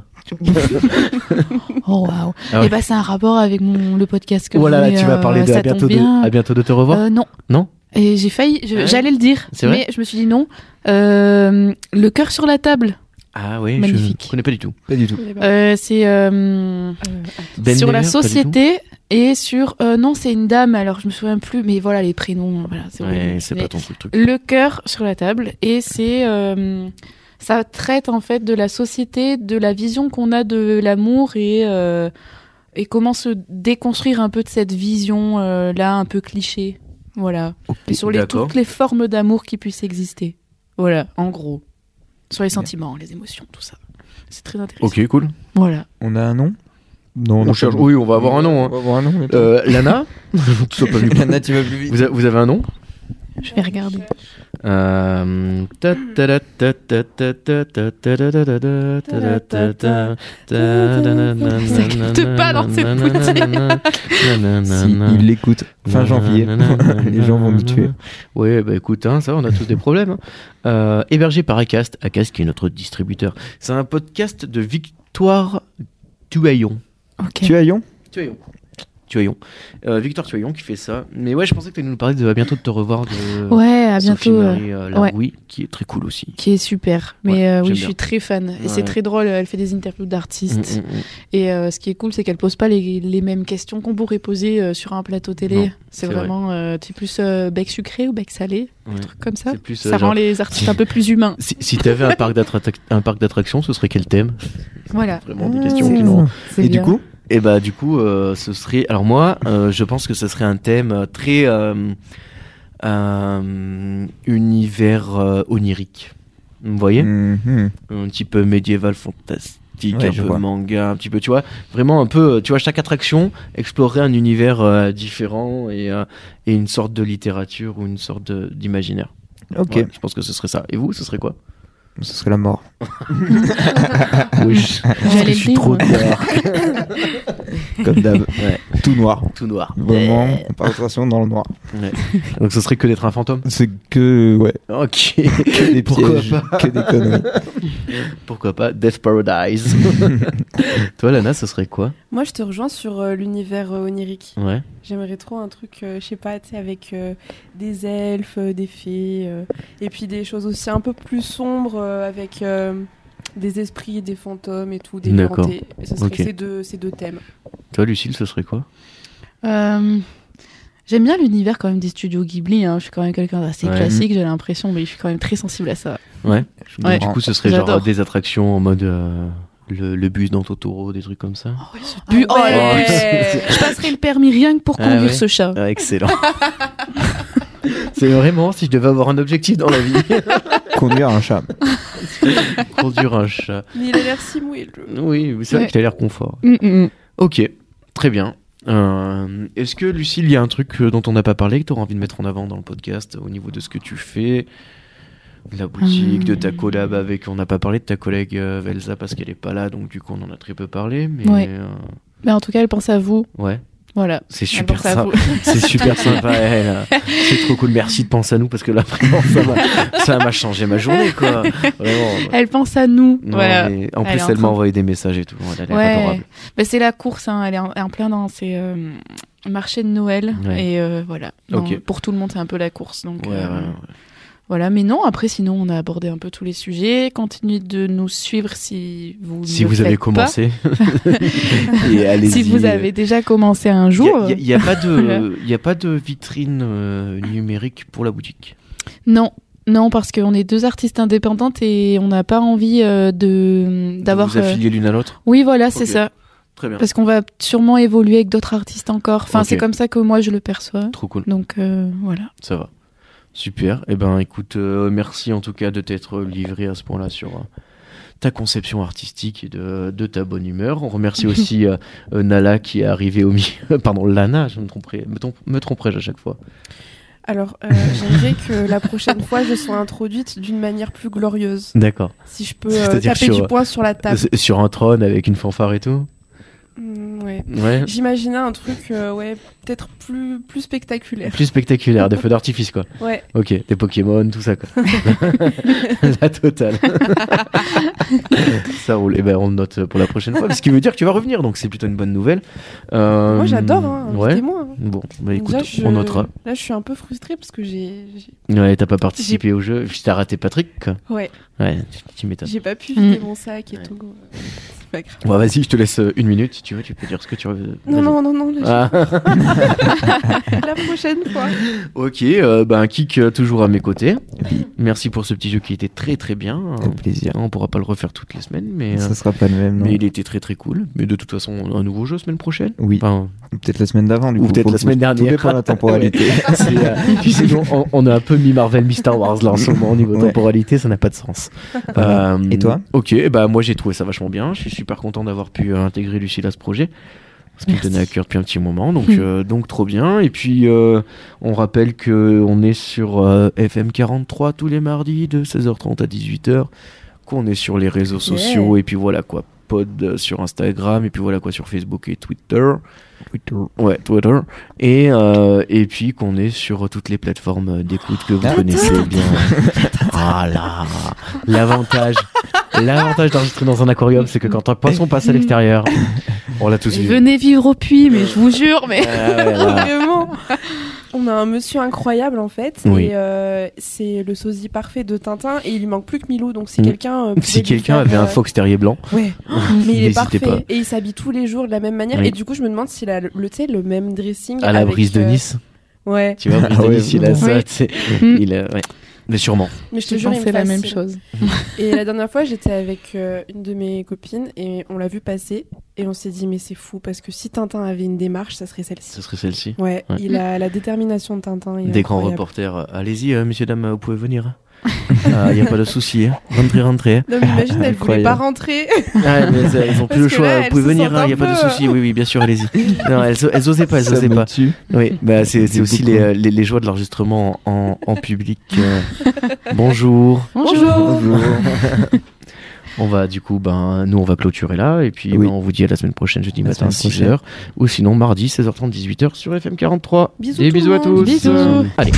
S3: Oh waouh.
S1: Ah ouais.
S3: Et bah, c'est un rapport avec mon le podcast que
S1: Voilà, là,
S3: je voulais,
S1: tu vas
S3: euh,
S1: parler de
S3: ça
S1: à bientôt,
S3: tombe bien.
S1: de, à bientôt de te revoir.
S3: Euh, non.
S1: Non
S3: Et j'ai failli, je-
S1: Ah ouais
S3: j'allais le dire,
S1: C'est vrai
S3: mais je me suis dit non. Euh, le cœur sur la table,
S1: ah oui,
S3: magnifique.
S1: je connais pas du tout.
S2: Pas du tout.
S3: euh, c'est euh,
S4: euh,
S1: Ben
S3: sur la
S1: Never, pas du
S3: société et sur euh, non, c'est une dame. Alors je me souviens plus, mais voilà les prénoms. Voilà,
S1: tout.
S3: c'est
S1: Ouais,
S3: horrible.
S1: c'est
S3: Mais
S1: pas ton truc.
S3: Le cœur sur la table et c'est euh, Ça traite en fait de la société, de la vision qu'on a de l'amour et, euh, et comment se déconstruire un peu de cette vision euh, là un peu cliché. Voilà. Et sur les,
S1: D'accord.
S3: toutes les formes d'amour qui puissent exister. Voilà, en gros. Sur les sentiments, les émotions, tout ça. C'est très intéressant.
S1: Ok, cool.
S3: Voilà.
S2: On a un nom Non,
S1: On
S2: n'a
S1: cherche...
S2: pas de nom.
S1: Oui, on va avoir un nom. hein.
S2: On va avoir un nom. mais-
S1: Euh, Lana Tout ça pas vu.
S2: Lana, tu vas plus vite.
S1: Vous, a- vous avez un nom
S3: Je vais regarder.
S1: Euh, ta- ta- da- ta- ta- ta- ta- ta- ta- da- da- da- da- ta- da- ta- ta- ta- da- da- da-
S3: Ça capte pas dans cette
S2: Si il l'écoute fin janvier, les gens vont me tuer.
S1: Oui, bah écoute, hein, ça, va, on a tous des problèmes. hein. Euh, hébergé par Acast, Acast qui est notre distributeur. C'est un podcast de Victoire Tuaillon.
S3: Ok.
S2: Tu as Yon
S1: Tuaillon. Tuaillon. Euh, Victoire Tuaillon qui fait ça. Mais ouais, je pensais que tu allais nous parler de à bientôt de te revoir de
S3: Ouais, à
S1: Sophie
S3: bientôt. euh,
S1: Marie, euh, Laroui, qui est très cool aussi.
S3: qui est super. Mais
S1: Ouais,
S3: euh, oui,
S1: j'aime
S3: je
S1: bien.
S3: suis très fan. Et
S1: Ouais.
S3: c'est très drôle. Elle fait des interviews
S1: Mm,
S3: d'artistes.
S1: mm, mm.
S3: Et euh, ce qui est cool, c'est qu'elle pose pas les, les mêmes questions qu'on pourrait poser euh, sur un plateau
S1: Non,
S3: télé.
S1: c'est
S3: C'est
S1: vrai.
S3: vraiment, euh, tu es plus euh, bec sucré ou bec salé,
S1: Ouais.
S3: un truc comme ça.
S1: C'est plus, euh,
S3: ça
S1: genre-
S3: rend les artistes un peu plus humains.
S1: Si, si t'avais un parc d'attrac- un parc d'attractions, ce serait quel thème
S3: Voilà.
S1: Vraiment des
S2: Ah,
S1: questions
S2: c'est
S1: qui n'ont.
S3: c'est
S2: Et du
S3: bien.
S2: coup
S1: Et bah du coup, euh, ce serait. Alors moi, euh, je pense que ce serait un thème euh, très euh, euh, univers euh, onirique. Vous voyez,
S2: Mhm.
S1: un petit peu médiéval fantastique.
S2: Ouais,
S1: un
S2: je
S1: peu
S2: vois.
S1: manga, un petit peu, tu vois, vraiment un peu, euh, tu vois, chaque attraction explorer un univers euh, différent et, euh, et une sorte de littérature ou une sorte de- d'imaginaire.
S2: Ok,
S1: Ouais, je pense que ce serait ça. Et vous, ce serait quoi
S2: ce serait la mort.
S1: Oui, je-
S3: euh,
S1: je
S3: J'allais le
S1: suis
S3: dire.
S1: trop
S3: moi.
S1: noir.
S2: Comme d'hab.
S1: Ouais.
S2: Tout noir.
S1: Tout noir.
S2: Vraiment,
S3: Euh.
S2: concentration dans le noir.
S1: Donc ce serait que d'être un fantôme
S2: C'est que, ouais,
S1: Ok.
S2: que des
S1: Pourquoi
S2: pièges, que des conneries.
S1: Pourquoi pas Death Paradise Toi, Lana, ce serait quoi
S4: Moi, je te rejoins sur euh, l'univers euh, onirique.
S1: Ouais.
S4: J'aimerais trop un truc, euh, je sais pas, tu sais, avec euh, des elfes, euh, des fées, euh, et puis des choses aussi un peu plus sombres euh, avec euh, des esprits, des fantômes et tout, des
S1: D'accord.
S4: hantés. Et ça serait
S1: Ok.
S4: ces, deux, ces deux thèmes.
S1: Toi, Lucille, ce serait quoi
S3: Euh, J'aime bien l'univers quand même des studios Ghibli. hein. Je suis quand même quelqu'un d'assez
S1: Ouais.
S3: classique, j'ai l'impression, mais je suis quand même très sensible à ça.
S1: Donc,
S3: Ouais.
S1: Du coup, ce serait
S3: J'adore.
S1: genre euh, des attractions en mode euh, le, le bus dans Totoro, des trucs comme ça
S3: Bu-
S4: Ah
S3: oh,
S4: ouais.
S3: le but. Je passerai le permis rien que pour
S1: Ah
S3: conduire
S1: ouais.
S3: ce chat.
S1: Ah, Excellent. C'est vraiment si je devais avoir un objectif dans la vie,
S2: Conduire un chat.
S1: conduire un chat.
S4: Mais il a l'air si mouillé. le-
S1: Oui, c'est vrai
S3: Ouais.
S1: que t'as l'air confort.
S3: Mm, mm, mm.
S1: Ok, très bien. Euh, Est-ce que Lucille, il y a un truc euh, dont on n'a pas parlé que tu aurais envie de mettre en avant dans le podcast euh, au niveau de ce que tu fais de la boutique, de
S3: Euh.
S1: ta collab avec. On n'a pas parlé de ta collègue euh, Velsa parce qu'elle n'est pas là, donc du coup on en a très peu parlé. Mais
S3: Ouais.
S1: euh,
S3: Mais en tout cas, elle pense à vous.
S1: ouais,
S3: Voilà.
S1: c'est
S3: Elle
S1: super
S3: pense à
S1: sympa.
S3: vous.
S1: C'est super sympa. elle, euh, C'est trop cool. Merci de penser à nous parce que là vraiment ça m'a- ça m'a changé ma journée quoi. Vraiment.
S3: Elle pense à nous.
S1: Non,
S3: voilà.
S1: mais en
S3: Elle
S1: plus
S3: est en
S1: elle m'a
S3: train.
S1: envoyé des messages et tout. Elle a l'air
S3: Ouais.
S1: adorable.
S3: Mais c'est la course, hein, elle est en, en plein dans ces euh, marchés de Noël.
S1: Ouais.
S3: Et euh, voilà. Non,
S1: Ok.
S3: Pour tout le monde, c'est un peu la course. Donc,
S1: Ouais,
S3: euh,
S1: ouais, ouais.
S3: Voilà. Mais non, après, sinon, on a abordé un peu tous les sujets. Continuez de nous suivre si vous.
S1: Si
S3: ne
S1: vous
S3: le
S1: avez
S3: faites pas.
S1: commencé, et allez-y.
S3: Si vous avez déjà commencé un
S1: Il
S3: jour. euh,
S1: n'y a, pas de,
S3: Voilà.
S1: il y a pas de vitrine euh, numérique pour la boutique.
S3: Non. Non, parce qu'on est deux artistes indépendantes et on n'a pas envie euh, de d'avoir.
S1: Vous vous
S3: euh,
S1: affiliez l'une à l'autre.
S3: Oui, voilà, c'est
S1: Ok.
S3: ça.
S1: Très bien.
S3: Parce qu'on va sûrement évoluer avec d'autres artistes encore. Enfin,
S1: Ok.
S3: c'est comme ça que moi je le perçois.
S1: Trop cool.
S3: Donc euh, voilà.
S1: Ça va. Super. Eh ben, écoute, euh, merci en tout cas de t'être livré à ce point-là sur euh, ta conception artistique et de, de ta bonne humeur. On remercie aussi euh, euh, Nala qui est arrivée au milieu. Pardon, Lana, je me tromperai, me, trom- me tromperai-je à chaque fois.
S4: Alors, euh, j'aimerais que la prochaine fois, je sois introduite d'une manière plus glorieuse.
S1: D'accord.
S4: Si je peux euh,
S1: C'est-à-dire
S4: taper
S1: sur-
S4: du poing sur la table.
S1: Sur un trône avec une fanfare et tout.
S4: Mm, ouais.
S1: Ouais.
S4: J'imaginais un truc, euh, ouais, peut-être plus, plus spectaculaire.
S1: Plus spectaculaire, des feux d'artifice quoi.
S4: Ouais.
S1: Ok, des Pokémon, tout ça quoi. la totale. ça roule. Et ben on le note pour la prochaine fois, ce qui veut dire que tu vas revenir, donc c'est plutôt une bonne nouvelle. Euh,
S4: Moi, j'adore, hein.
S1: Ouais.
S4: moi
S1: Bon, bah écoute,
S4: Déjà, je-
S1: on notera.
S4: Là, je suis un peu frustrée parce que j'ai, j'ai-
S1: Ouais, t'as pas participé au jeu, et puis t'as raté Patrick. quoi.
S4: ouais,
S1: Ouais, tu- tu m'étonnes.
S4: j'ai pas pu vider
S3: Mm.
S4: mon sac et
S1: Ouais.
S4: tout. c'est pas grave.
S1: Bon, vas-y, je te laisse euh, une minute. Si tu veux, tu peux dire ce que tu veux.
S4: Non,
S1: Vas-y.
S4: non, non, non, la,
S1: Ah.
S4: la prochaine fois.
S1: ok, euh, ben Kik euh, toujours à mes côtés. Merci pour ce petit jeu qui était très très bien.
S4: Mmh.
S2: Au plaisir.
S1: On pourra pas le refaire toutes les semaines, mais, euh,
S2: Ça sera pas le même, non
S1: mais il était très très cool. Mais de toute façon, un nouveau jeu semaine prochaine.
S2: Oui,
S1: Enfin,
S2: peut-être la semaine d'avant, du
S1: ou
S2: coup.
S1: peut-être
S2: faut-
S1: la semaine
S2: faut
S1: dernière.
S2: Tout dépend de la temporalité.
S1: C'est, euh, tu sais, on, on a un peu mis Marvel, mis Star Wars là en ce moment au niveau
S2: Ouais.
S1: temporalité, ça n'a pas de sens. Euh,
S2: Et toi
S1: Ok, bah moi j'ai trouvé ça vachement bien. Je suis super content d'avoir pu euh, intégrer Lucille à ce projet. Ce qui me
S3: Merci.
S1: tenait à cœur depuis un petit moment, donc
S3: Mm.
S1: euh, donc trop bien. Et puis euh, on rappelle que on est sur euh, FM 43 tous les mardis de 16h30 à 18h, qu'on est sur les réseaux sociaux et puis voilà quoi, pod euh, sur Instagram et puis voilà quoi sur Facebook et Twitter. Ouais, Twitter. Et, euh, et puis qu'on est sur toutes les plateformes d'écoute que vous
S2: Attends.
S1: connaissez bien. Ah là L'avantage L'avantage d'enregistrer dans un aquarium, c'est que quand un poisson passe à l'extérieur, on l'a tous
S3: Mais
S1: vu.
S3: Venez vivre au puits, mais je vous jure, mais.
S1: Ah ouais, voilà.
S4: Vraiment. On a un monsieur incroyable en fait.
S1: Oui.
S4: Et euh, c'est le sosie parfait de Tintin. Et il lui manque plus que Milou. Donc si
S1: Mm.
S4: quelqu'un. euh, pouvait
S1: Si
S4: lui
S1: quelqu'un
S4: faire,
S1: avait un
S4: euh,
S1: fox terrier blanc,
S4: Ouais. Mais il est
S1: N'hésitez
S4: parfait.
S1: pas.
S4: Et il s'habille tous les jours de la même manière.
S1: Oui.
S4: Et du coup, je me demande s'il a le, le- tu sais, le même dressing.
S1: à la
S4: avec,
S1: brise de
S4: euh,
S1: Nice,
S4: Ouais.
S1: tu vois, brise
S2: Ah
S1: de
S2: ouais,
S1: Nice, il a
S3: vraiment.
S1: ça,
S3: Oui.
S1: tu sais.
S3: Mm.
S1: Il a- ouais. Mais sûrement.
S4: Mais je te
S3: Je
S4: jure, il me
S3: pensais la
S4: fascine.
S3: même chose.
S4: Et la dernière fois, j'étais avec euh, une de mes copines et on l'a vu passer. Et on s'est dit, mais c'est fou parce que si Tintin avait une démarche, ça serait
S1: Ce
S4: celle-ci.
S1: serait celle-ci.
S4: Ouais,
S1: Ouais.
S4: il a la détermination de Tintin. il est
S1: Des grands
S4: incroyable.
S1: reporters. euh, Allez-y, euh, messieurs, dames, euh, vous pouvez venir. Il n'y a pas de souci. hein. Rentrez, rentrez.
S4: Non, mais imagine, elle voulait
S2: Incroyable.
S4: pas rentrer.
S1: Ah, mais ça, elles ont
S4: Parce
S1: plus le
S4: que
S1: choix.
S4: là,
S1: vous
S4: elles
S1: pouvez
S4: se
S1: venir,
S4: sentent
S1: il
S4: un
S1: n'y a pas de
S4: peu, euh.
S1: souci. Oui, oui, bien sûr, allez-y. Non, elles, elles osaient pas, elles osaient pas. Oui, bah, c'est c'est aussi
S2: Beaucoup.
S1: les, les, les joies de l'enregistrement en, en public. euh. bonjour.
S3: Bonjour.
S1: On va du coup, ben, nous on va clôturer là et puis
S2: Oui.
S1: ben, on vous dit à la semaine prochaine, jeudi
S2: La
S1: matin à
S2: semaine
S1: 6h ou sinon mardi 16h30, 18h sur FM 43.
S4: Bisous
S1: Des
S4: tout le
S1: bisous à
S4: monde.
S1: tous.
S3: Bisous.
S1: Allez.